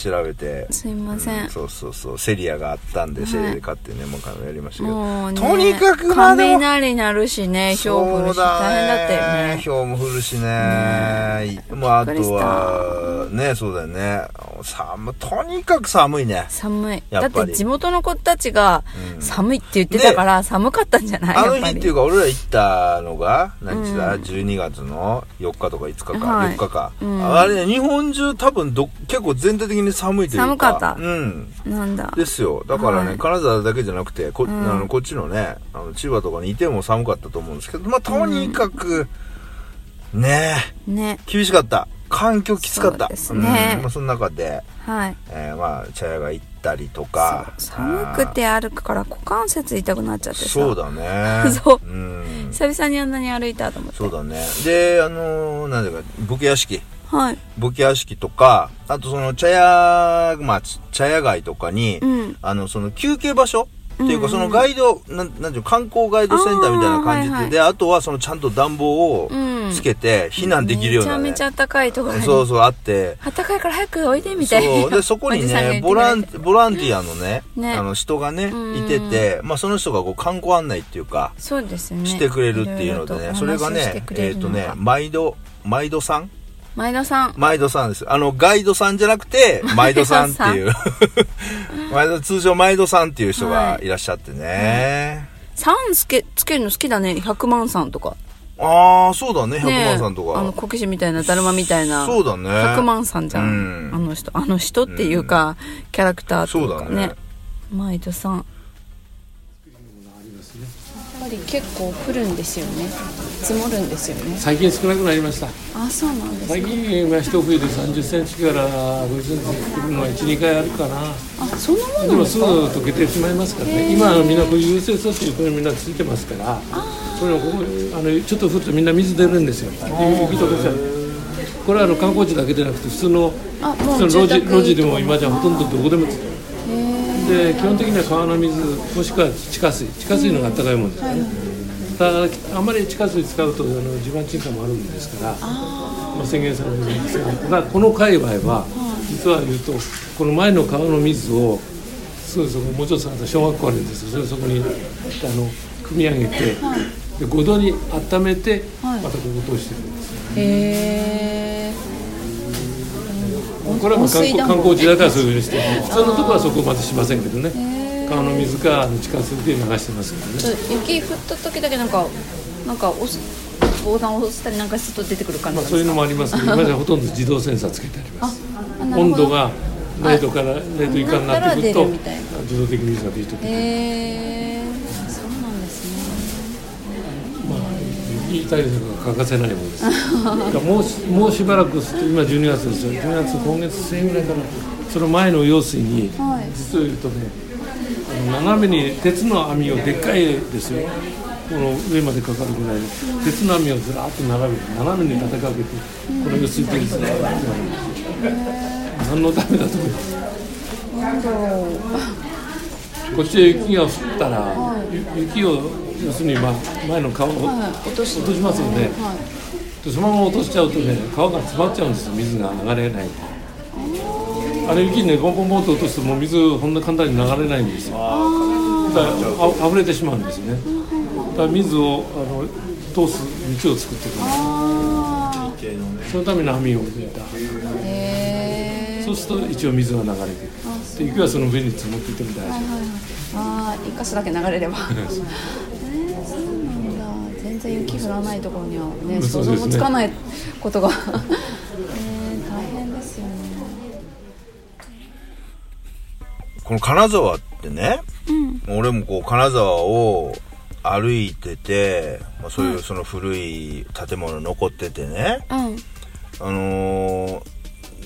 [SPEAKER 2] 調べて
[SPEAKER 5] すいません
[SPEAKER 2] うそうそうそうセリアがあったんで、
[SPEAKER 5] い
[SPEAKER 2] セリアで買ってねもう買うのやりましたけど、
[SPEAKER 5] もうね
[SPEAKER 2] とにかくまあでも
[SPEAKER 5] 雷鳴るしねひょう降るし大変だったよね
[SPEAKER 2] ひょうも降るしねもうあ
[SPEAKER 5] びっくり
[SPEAKER 2] と
[SPEAKER 5] した
[SPEAKER 2] はねそうだよね寒とにかく寒いね
[SPEAKER 5] 寒い。
[SPEAKER 2] やっ
[SPEAKER 5] だ
[SPEAKER 2] ぱ
[SPEAKER 5] っ
[SPEAKER 2] り
[SPEAKER 5] て地元の子たちが
[SPEAKER 2] うん
[SPEAKER 5] 寒いって言ってたから寒かったんじゃない
[SPEAKER 2] あ
[SPEAKER 5] や
[SPEAKER 2] の
[SPEAKER 5] っぱ
[SPEAKER 2] 日っ
[SPEAKER 5] り。
[SPEAKER 2] ていうか俺ら行ったのが何日だ、
[SPEAKER 5] うん
[SPEAKER 2] 12月の4日とか5日か、
[SPEAKER 5] はい
[SPEAKER 2] 4日か、
[SPEAKER 5] うん
[SPEAKER 2] あれね日本中多分ど結構全体的に寒いというか
[SPEAKER 5] 寒かった
[SPEAKER 2] うん
[SPEAKER 5] なんだ。
[SPEAKER 2] ですよだからね、
[SPEAKER 5] はい
[SPEAKER 2] 金沢だけじゃなくてこ,、
[SPEAKER 5] ん
[SPEAKER 2] あのこっちのねあの千葉とかにいても寒かったと思うんですけどまあとにかく、ねえ
[SPEAKER 5] ね。
[SPEAKER 2] 厳しかった環境きつかった
[SPEAKER 5] そうですね
[SPEAKER 2] うんまあ、その中で、
[SPEAKER 5] はい。
[SPEAKER 2] えーまあ茶屋が行ったりとか
[SPEAKER 5] 寒くて歩くから股関節痛くなっちゃ
[SPEAKER 2] あ
[SPEAKER 5] っ
[SPEAKER 2] ー
[SPEAKER 5] てさ。
[SPEAKER 2] そうだね
[SPEAKER 5] そうん久々にあんなに歩いたと思って。
[SPEAKER 2] そうだね。で、あのー、なんだか、武家屋敷。
[SPEAKER 5] はい。
[SPEAKER 2] 武家屋敷とか、あとその茶屋、まあ、ち茶屋街とかに、
[SPEAKER 5] うん。
[SPEAKER 2] あの、その休憩場所っていう
[SPEAKER 5] うんう
[SPEAKER 2] か、
[SPEAKER 5] ん
[SPEAKER 2] そのガイド、なん、なんていうの観光ガイドセンターみたいな感じで、
[SPEAKER 5] あーはいはい
[SPEAKER 2] で、あとはそのちゃんと暖房を
[SPEAKER 5] うん
[SPEAKER 2] つけて、避難できるような、ね
[SPEAKER 5] めちゃめちゃ暖かいところに。
[SPEAKER 2] そうそう、あって、
[SPEAKER 5] 暖かいから早くおいでみたいな。
[SPEAKER 2] そう。で、そこに
[SPEAKER 5] おじさんが
[SPEAKER 2] ね、
[SPEAKER 5] 言って
[SPEAKER 2] ボ
[SPEAKER 5] くれ
[SPEAKER 2] ラ
[SPEAKER 5] て
[SPEAKER 2] ン、ボランティアのね、
[SPEAKER 5] ね
[SPEAKER 2] あの、人がね、
[SPEAKER 5] うん
[SPEAKER 2] いてて、まあ、その人がこう、観光案内っていうか、
[SPEAKER 5] そうですね。
[SPEAKER 2] してくれるっていうので
[SPEAKER 5] いろい
[SPEAKER 2] ね、
[SPEAKER 5] ろ
[SPEAKER 2] それが
[SPEAKER 5] お話しして
[SPEAKER 2] ね
[SPEAKER 5] く、れ
[SPEAKER 2] え
[SPEAKER 5] る
[SPEAKER 2] っ
[SPEAKER 5] の
[SPEAKER 2] と
[SPEAKER 5] が
[SPEAKER 2] ね、毎度、毎度さん
[SPEAKER 5] 前田さん。
[SPEAKER 2] 毎度さんです。あの、ガイドさんじゃなく て、毎度さんっていう。毎度、通常毎度さんっていう人がいらっしゃってね。
[SPEAKER 5] さんつけ、つけるの好きだね。百万さんとか。
[SPEAKER 2] ああ、そうだね、百
[SPEAKER 5] ね
[SPEAKER 2] 万さんと
[SPEAKER 5] あの、
[SPEAKER 2] か。
[SPEAKER 5] こけしみたいな、だるまみたいな。
[SPEAKER 2] そうだね。
[SPEAKER 5] 百万さんじゃん。
[SPEAKER 2] うん
[SPEAKER 5] あの人。あの人っていうか、キャラクターってい
[SPEAKER 2] そうう
[SPEAKER 5] か
[SPEAKER 2] だ
[SPEAKER 5] ね
[SPEAKER 2] ね。。
[SPEAKER 5] 毎度さん。
[SPEAKER 1] やっぱり結構降るんですよね積もるんですよね
[SPEAKER 6] 最近少なくなりました
[SPEAKER 1] あそうなんです
[SPEAKER 6] 最近は一冬で3 0センチから5 0センチ来るのは12回あるかな
[SPEAKER 1] あそんなも
[SPEAKER 6] で
[SPEAKER 1] んなん
[SPEAKER 6] も
[SPEAKER 1] ですす
[SPEAKER 6] ぐ
[SPEAKER 1] か
[SPEAKER 6] 溶けてしまいますからね今あのみんなこういう優先措置にこれみんなついてますからこれをここあのちょっと降るとみんな水出るんですよ雪溶けちゃうこれはあの観光地だけじゃなくて普通の
[SPEAKER 1] あもう
[SPEAKER 6] 普通の路地
[SPEAKER 1] 住宅
[SPEAKER 6] 路地でも今じゃほとんどどこでもで基本的には川の水もしくは地下水地下水の方があったかいもんですよね、ただあんまり地下水使うとあの地盤沈下もあるんですからまあ、宣言されるんですよねただこの界隈は実は言うとこの前の川の水をすぐそこもうちょっと下がった小学校あるんですけどそれをそこにあの組み上げて、で5度に温めてまたここ通してるんです
[SPEAKER 1] へ
[SPEAKER 6] よ、
[SPEAKER 1] え
[SPEAKER 6] これはまあ観
[SPEAKER 1] 温水
[SPEAKER 6] 光
[SPEAKER 1] 暖
[SPEAKER 6] 観
[SPEAKER 1] 房
[SPEAKER 6] 光地だからそういうふうにして 普通のところはそこまでしませんけどね川の水かあの地下水で流してますけどね
[SPEAKER 1] 雪降った時だけなんかなんか押す防弾を押したりなんかすると出てくる感じ
[SPEAKER 6] まあ、
[SPEAKER 1] なん
[SPEAKER 6] そう
[SPEAKER 1] です
[SPEAKER 6] いうの
[SPEAKER 1] か
[SPEAKER 6] もありますけど今じゃほとんど自動センサーつけてあります
[SPEAKER 1] あなるほど
[SPEAKER 6] 温度が0度から0度以下にな
[SPEAKER 1] なっ
[SPEAKER 6] ってくると
[SPEAKER 1] たら出るみたい
[SPEAKER 6] 自動的に水が出てくる、
[SPEAKER 1] へえそうなんですね
[SPEAKER 6] まあ、いい対策が欠かせないものですだからもうしもうしばらくすると今12月ですよ12月今月末ぐらいからその前の用水に、
[SPEAKER 1] はい
[SPEAKER 6] 実を言うとねあの斜めに鉄の網をでっかいですよこの上までかかるぐらいの鉄の網をずらーっと並べて斜めに立てかけてこの用水技術でやるんですよ何のためだと思いますこっちで雪が降ったら、ゆ雪を要するに、まあ、前の川を、落としますよね、でそのまま落としちゃうとね川が詰まっちゃうんですよ水が流れないあれ雪ねゴンゴンゴンと落とすともう水ほんな簡単に流れないんですよだからあ溢れてしまうんですねだから水をあの通す道を作ってくれる
[SPEAKER 1] あ
[SPEAKER 6] そのための網を置いた
[SPEAKER 1] あへえ
[SPEAKER 6] そうすると一応水が流れてくるで雪はその上に積もっていても大丈夫
[SPEAKER 1] ああ一箇所だけ流れれば えー、そうなんだ全然雪降らないところにはね
[SPEAKER 6] うん
[SPEAKER 1] 想
[SPEAKER 6] そう
[SPEAKER 1] 像
[SPEAKER 6] ですね
[SPEAKER 1] もつかないことがえー、大変ですよね
[SPEAKER 2] この金沢ってね、俺もこう金沢を歩いてて、まあ、そういうその古い建物残っててね、
[SPEAKER 5] うん。
[SPEAKER 2] あの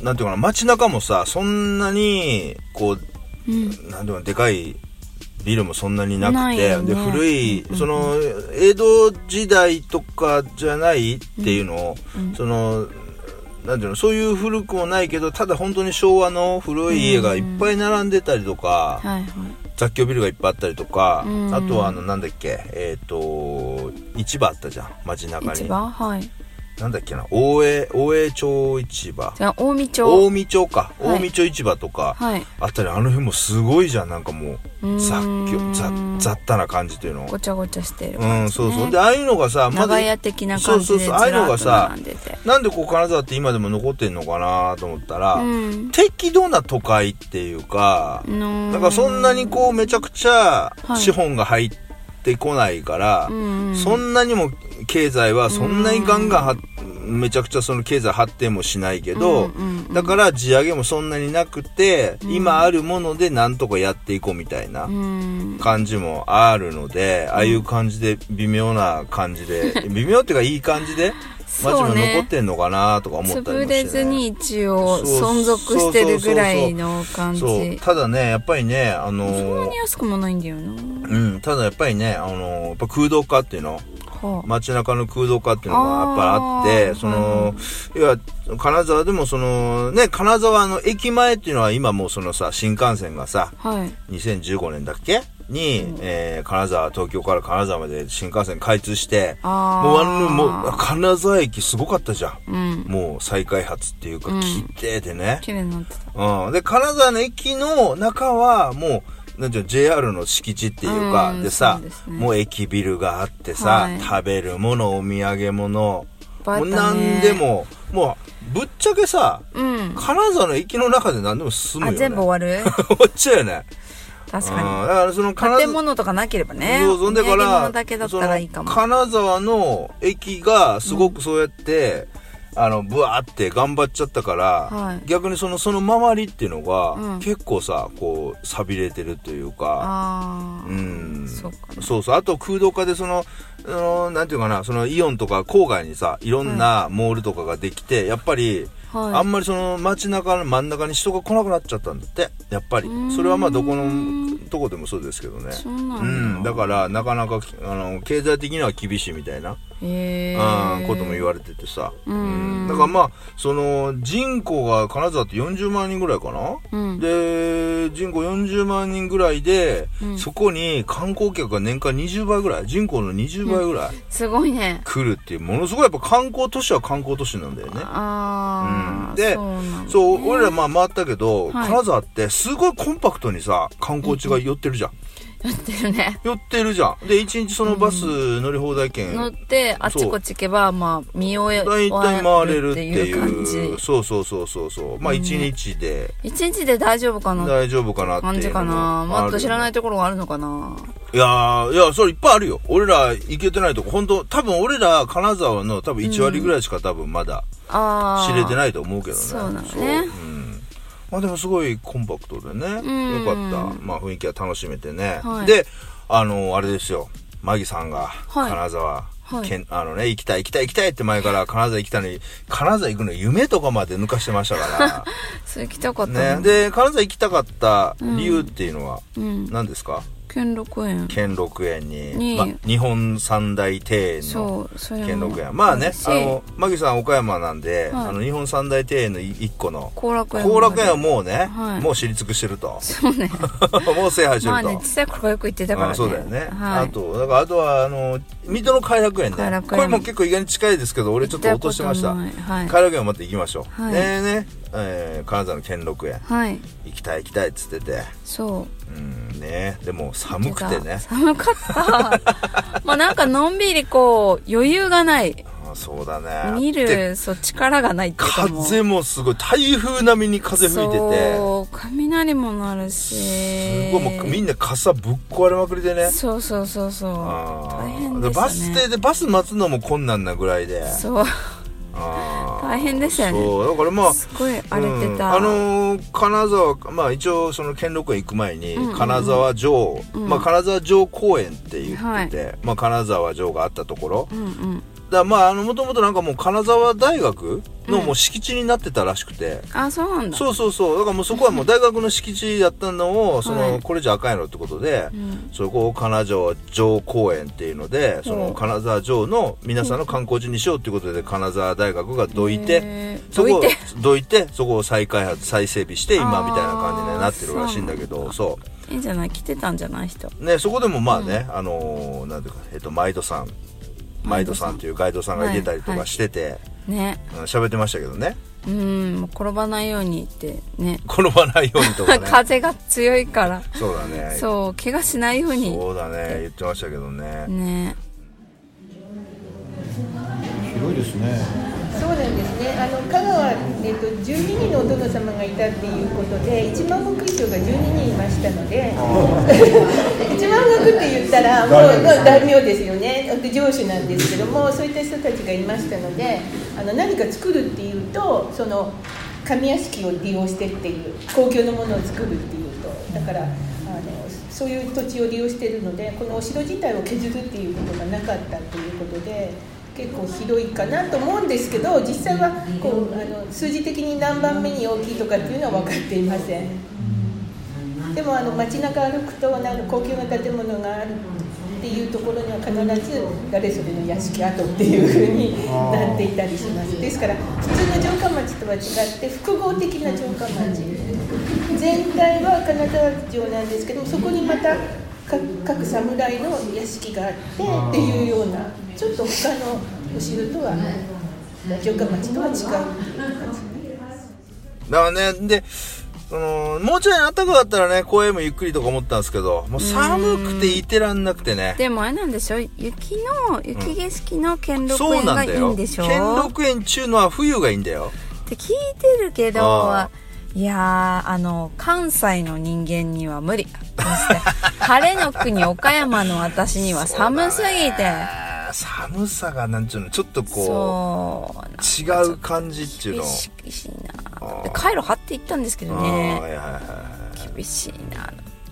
[SPEAKER 2] ー、なんていうかな街中もさそんなにこう
[SPEAKER 5] うん。
[SPEAKER 2] なんていうかでかいビルもそんなにな
[SPEAKER 5] な
[SPEAKER 2] く
[SPEAKER 5] い
[SPEAKER 2] て
[SPEAKER 5] よね
[SPEAKER 2] で古いその江戸時代とかじゃないっていうのを、そのなんていうのそういう古くもないけどただ本当に昭和の古い家がいっぱい並んでたりとか、
[SPEAKER 5] はいはい。
[SPEAKER 2] 雑居ビルがいっぱいあったりとか、
[SPEAKER 5] うん
[SPEAKER 2] あとはあのなんだっけえっ、と市場あったじゃん街中に
[SPEAKER 5] 市場はい。
[SPEAKER 2] なんだっけな大江大江町市場
[SPEAKER 5] じゃあ、近江
[SPEAKER 2] 大
[SPEAKER 5] 町。
[SPEAKER 2] 見町か、
[SPEAKER 5] はい
[SPEAKER 2] 大見町市場とか、
[SPEAKER 5] はい
[SPEAKER 2] あったりあの辺もすごいじゃんなんかもう雑居雑雑多な感じというの
[SPEAKER 5] ごちゃごちゃしてる。
[SPEAKER 2] うんそうそうでああいうのがさまだ
[SPEAKER 5] 長屋的な感じ
[SPEAKER 2] そうそう
[SPEAKER 5] でず
[SPEAKER 2] そうああいうの
[SPEAKER 5] ら
[SPEAKER 2] が
[SPEAKER 5] っと並
[SPEAKER 2] さ
[SPEAKER 5] んでて。
[SPEAKER 2] なんでこう金沢って今でも残ってんのかなと思ったら、
[SPEAKER 5] うん。
[SPEAKER 2] 適度な都会っていうか、
[SPEAKER 5] の
[SPEAKER 2] なんかそんなにこうめちゃくちゃ
[SPEAKER 5] い
[SPEAKER 2] 資本が入ってこないから、
[SPEAKER 5] ん
[SPEAKER 2] そんなにも経済はそんなにガンガンはめちゃくちゃその経済発展もしないけど、だから地上げもそんなになくて、今あるものでなんとかやっていこうみたいな
[SPEAKER 5] うん。
[SPEAKER 2] 感じもあるので、ああいう感じで微妙な感じ で、微妙っていうかいい感じで、マジ
[SPEAKER 5] そ
[SPEAKER 2] も
[SPEAKER 5] うね
[SPEAKER 2] 残ってんのかなとか思ったりも
[SPEAKER 5] 潰
[SPEAKER 2] して、ね。
[SPEAKER 5] れずに一応存続してるぐらいの感じ。
[SPEAKER 2] そうただねやっぱりねあのー
[SPEAKER 5] そんなに安くもないんだよな。
[SPEAKER 2] うん、ただやっぱりね、あのーやっぱ空洞化っていうの
[SPEAKER 5] はあ。
[SPEAKER 2] 街中の空洞化っていうのがやっぱりあって
[SPEAKER 5] あー
[SPEAKER 2] その、いや金沢でもそのね金沢の駅前っていうのは今もうそのさ新幹線がさ
[SPEAKER 5] はい。
[SPEAKER 2] 2015年だっけに、えー金沢東京から金沢まで新幹線開通して
[SPEAKER 5] あー
[SPEAKER 2] もうあのもう金沢駅すごかったじゃん、
[SPEAKER 5] うん。
[SPEAKER 2] もう再開発っていうか
[SPEAKER 5] うん
[SPEAKER 2] 綺麗でね、
[SPEAKER 5] 綺麗になってた。
[SPEAKER 2] うん。で、金沢の駅の中は、もう、なんていうの、JR の敷地っていうか、
[SPEAKER 5] うん
[SPEAKER 2] でさ
[SPEAKER 5] そうですね
[SPEAKER 2] もう駅ビルがあってさ、
[SPEAKER 5] はい
[SPEAKER 2] 食べるもの、お土産物、
[SPEAKER 5] バ
[SPEAKER 2] も
[SPEAKER 5] タ
[SPEAKER 2] う
[SPEAKER 5] ね
[SPEAKER 2] 何でも、もう、ぶっちゃけさ、
[SPEAKER 5] うん。
[SPEAKER 2] 金沢の駅の中で何でも進むよ
[SPEAKER 5] あ、
[SPEAKER 2] ね。
[SPEAKER 5] 全部終
[SPEAKER 2] 終
[SPEAKER 5] わる
[SPEAKER 2] わっちゃうよね。うん。だ
[SPEAKER 5] 確か
[SPEAKER 2] からその
[SPEAKER 5] に。
[SPEAKER 2] 金
[SPEAKER 5] 建物とかなければね。
[SPEAKER 2] そうそう
[SPEAKER 5] お土
[SPEAKER 2] だか
[SPEAKER 5] 産
[SPEAKER 2] ら
[SPEAKER 5] 物だけだったらいいかも。
[SPEAKER 2] その金沢の駅がすごくそうやって、あのブワーって頑張っちゃったから、
[SPEAKER 5] はい
[SPEAKER 2] 逆にそのその周りっていうのが、
[SPEAKER 5] うん
[SPEAKER 2] 結構さこう寂れてるというか
[SPEAKER 5] ああ。
[SPEAKER 2] うん
[SPEAKER 5] そうか。
[SPEAKER 2] そうそうあと空洞化でその、あのなんていうかなそのイオンとか郊外にさいろんなモールとかができて、やっぱり
[SPEAKER 5] はい。
[SPEAKER 2] あんまりその街中の真ん中に人が来なくなっちゃったんだってやっぱりそれはまあどこのとこでもそうですけどね
[SPEAKER 5] そうなんだ。
[SPEAKER 2] うん、だからなかなかあの経済的には厳しいみたいな、
[SPEAKER 5] へえ。
[SPEAKER 2] うん、ことも言われててさ、
[SPEAKER 5] ん
[SPEAKER 2] だからまあその人口が金沢って40万人ぐらいかな、
[SPEAKER 5] うん
[SPEAKER 2] で人口40万人ぐらいで、そこに観光客が年間20倍ぐらい人口の20倍ぐらい
[SPEAKER 5] すごいね。
[SPEAKER 2] 来るっていう、ものすごいやっぱ観光都市は観光都市なんだよね
[SPEAKER 5] ああ、
[SPEAKER 2] うんで
[SPEAKER 5] そうなんだ。
[SPEAKER 2] そう、俺らまあ回ったけど、
[SPEAKER 5] はい
[SPEAKER 2] 金沢ってすごいコンパクトにさ、観光地が寄ってるじゃん。
[SPEAKER 5] やってるね。
[SPEAKER 2] 寄ってるじゃん。で、一日そのバス乗り放題券、
[SPEAKER 5] 乗って、あっちこっち行けば、まあ、見終え、
[SPEAKER 2] 大体回れるって
[SPEAKER 5] 終わ
[SPEAKER 2] いう
[SPEAKER 5] 感じ。
[SPEAKER 2] そうそうそうそうそうまあ一日で
[SPEAKER 5] 一日で大丈夫かな
[SPEAKER 2] 大丈夫かなっていう
[SPEAKER 5] 感じかな。もっと知らないいところがあるのかな。
[SPEAKER 2] いやーいやそれいっぱいあるよ俺ら行けてないとこ本当多分俺ら金沢の多分1割ぐらいしか多分まだ
[SPEAKER 5] ああ。
[SPEAKER 2] 知れてないと思うけどね
[SPEAKER 5] そうなのね
[SPEAKER 2] そううんまあでもすごいコンパクトでね、よ
[SPEAKER 5] ん
[SPEAKER 2] かったまあ雰囲気は楽しめてね、
[SPEAKER 5] はい
[SPEAKER 2] であのあれですよマギさんが
[SPEAKER 5] はい
[SPEAKER 2] 金沢、
[SPEAKER 5] はい
[SPEAKER 2] けんあのね、行きたい行きたい行きたいって前から金沢行きたいのに、金沢行くの夢とかまで抜かしてましたから。
[SPEAKER 5] そう行きたかったな
[SPEAKER 2] ね、で金沢行きたかった理由っていうのは
[SPEAKER 5] うん。
[SPEAKER 2] 何ですか、
[SPEAKER 5] 兼六園。
[SPEAKER 2] 兼六園に
[SPEAKER 5] に
[SPEAKER 2] ま、日本三大庭園の
[SPEAKER 5] そう、それも。
[SPEAKER 2] 兼六園まあねあ
[SPEAKER 5] あ
[SPEAKER 2] の
[SPEAKER 5] の、
[SPEAKER 2] マギさん岡山なんで、
[SPEAKER 5] はい
[SPEAKER 2] あの日本三大庭園の一個の
[SPEAKER 5] 後楽園もある。
[SPEAKER 2] 後楽園はもうね、
[SPEAKER 5] はい
[SPEAKER 2] もう知り尽くしてると
[SPEAKER 5] そうね。
[SPEAKER 2] もう制覇して
[SPEAKER 5] ま
[SPEAKER 2] る
[SPEAKER 5] あ
[SPEAKER 2] と、
[SPEAKER 5] ね、小さい頃からよく行ってたから
[SPEAKER 2] あ
[SPEAKER 5] ね。
[SPEAKER 2] そうだよね、
[SPEAKER 5] はい。
[SPEAKER 2] あとだからあとはあの水戸の偕楽園ね
[SPEAKER 5] 偕楽園
[SPEAKER 2] これも結構意外に近いですけど俺ちょっと落としてました
[SPEAKER 5] 行ったことないはい
[SPEAKER 2] 偕楽園をまた行きましょう、
[SPEAKER 5] はい
[SPEAKER 2] ねえねえー金沢の兼六園
[SPEAKER 5] はい。
[SPEAKER 2] 行きたい行きたいっつってて
[SPEAKER 5] そう。
[SPEAKER 2] うんねでも寒くてね
[SPEAKER 5] 寒かった。 まあなんかのんびりこう、余裕がない。
[SPEAKER 2] あそうだね
[SPEAKER 5] 見
[SPEAKER 2] で
[SPEAKER 5] る、そう、力がないっていうかもう。
[SPEAKER 2] 風もすごい台風並みに風吹いてて
[SPEAKER 5] そう、雷もなるし。
[SPEAKER 2] すごいもうみんな傘ぶっ壊れまくりでね
[SPEAKER 5] そうそうそうそう。
[SPEAKER 2] あ
[SPEAKER 5] 大
[SPEAKER 2] ー
[SPEAKER 5] 変で
[SPEAKER 2] で
[SPEAKER 5] したね。
[SPEAKER 2] バス停でバス待つのも困難なぐらいで
[SPEAKER 5] そう、
[SPEAKER 2] あー
[SPEAKER 5] 大変でしたよね。
[SPEAKER 2] そうだからまあ
[SPEAKER 5] すごい荒れてた。
[SPEAKER 2] うんあのー金沢まあ一応その兼六園行く前に金沢城、まあ、金沢城公園って言ってて、まあ、金沢城があったところ、
[SPEAKER 5] うんうん。
[SPEAKER 2] だからまああのもともとなんかもう金沢大学のもう敷地になってたらしくて、
[SPEAKER 5] あ、そうなんだ。
[SPEAKER 2] そうそうそうだからもうそこはもう大学の敷地だったのをその、
[SPEAKER 5] はい
[SPEAKER 2] これじゃあかんやろってことで、
[SPEAKER 5] ん
[SPEAKER 2] そこを金沢城公園っていうのでその金沢城の皆さんの観光地にしようっていうことで金沢大学がどいて。
[SPEAKER 5] へー
[SPEAKER 2] そこを
[SPEAKER 5] どいて。
[SPEAKER 2] どいてそこを再開発再整備して今
[SPEAKER 5] あー
[SPEAKER 2] みたいな感じになってるらしいんだけどそ
[SPEAKER 5] いいんじゃない来てたんじゃない人。
[SPEAKER 2] うねそこでもまあね、あのーなんていうかえっと毎度さん毎度さんというガイドさんがいてたりとかしてて、
[SPEAKER 5] ね
[SPEAKER 2] うん喋ってましたけどね
[SPEAKER 5] うんもう転ばないようにってね
[SPEAKER 2] 転ばないようにと かね
[SPEAKER 5] 風が強いから
[SPEAKER 2] そうだね
[SPEAKER 5] そう怪我しないように
[SPEAKER 2] そうだね言ってましたけどね
[SPEAKER 5] ね
[SPEAKER 7] 広いですね
[SPEAKER 8] そうなんですね。あの香川、えっと12人のお殿様がいたっていうことで、1万石以上が12人いましたので、1万 石って言ったらもうもう大名ですよね。で上司なんですけども、そういった人たちがいましたので、あの何か作るっていうと、その紙屋敷を利用してっていう公共のものを作るっていうと、だからあのそういう土地を利用しているので、このお城自体を削るっていうことがなかったということで。結構ひどいかなと思うんですけど実際はこうあの数字的に何番目に大きいとかっていうのは分かっていませんでもあの街中歩くとなんか高級な建物があるっていうところには必ず誰それの屋敷跡っていうふうになっていたりしますですから普通の城下町とは違って複合的な城下町全体は金沢城なんですけどもそこにまた各各侍の屋敷があってっていうようなちょっと他のお城とは城下町とは違うっていう感じ
[SPEAKER 2] だからねでそのもうちょい暖かかったらね公園もゆっくりとか思ったんですけどもう寒くていてらんなくてね
[SPEAKER 5] でもあれなんでしょ雪の雪景色の兼六
[SPEAKER 2] そう
[SPEAKER 5] 園
[SPEAKER 2] な
[SPEAKER 5] が
[SPEAKER 2] ん
[SPEAKER 5] い
[SPEAKER 2] だ
[SPEAKER 5] い
[SPEAKER 2] よ
[SPEAKER 5] んでしょ
[SPEAKER 2] 兼六園中のは冬がいいんだよ
[SPEAKER 5] って聞いてるけど
[SPEAKER 2] あ
[SPEAKER 5] いやーあの関西の人間には無理マジで晴れの国岡山の私に は寒すぎて
[SPEAKER 2] あー寒さがなんちゅうのちょっとこ
[SPEAKER 5] そ
[SPEAKER 2] う
[SPEAKER 5] う
[SPEAKER 2] 違う感じっていうの
[SPEAKER 5] 厳しいなでカイロ張って行ったんですけど
[SPEAKER 2] あーは
[SPEAKER 5] ね
[SPEAKER 2] いはいはい
[SPEAKER 5] 厳しいな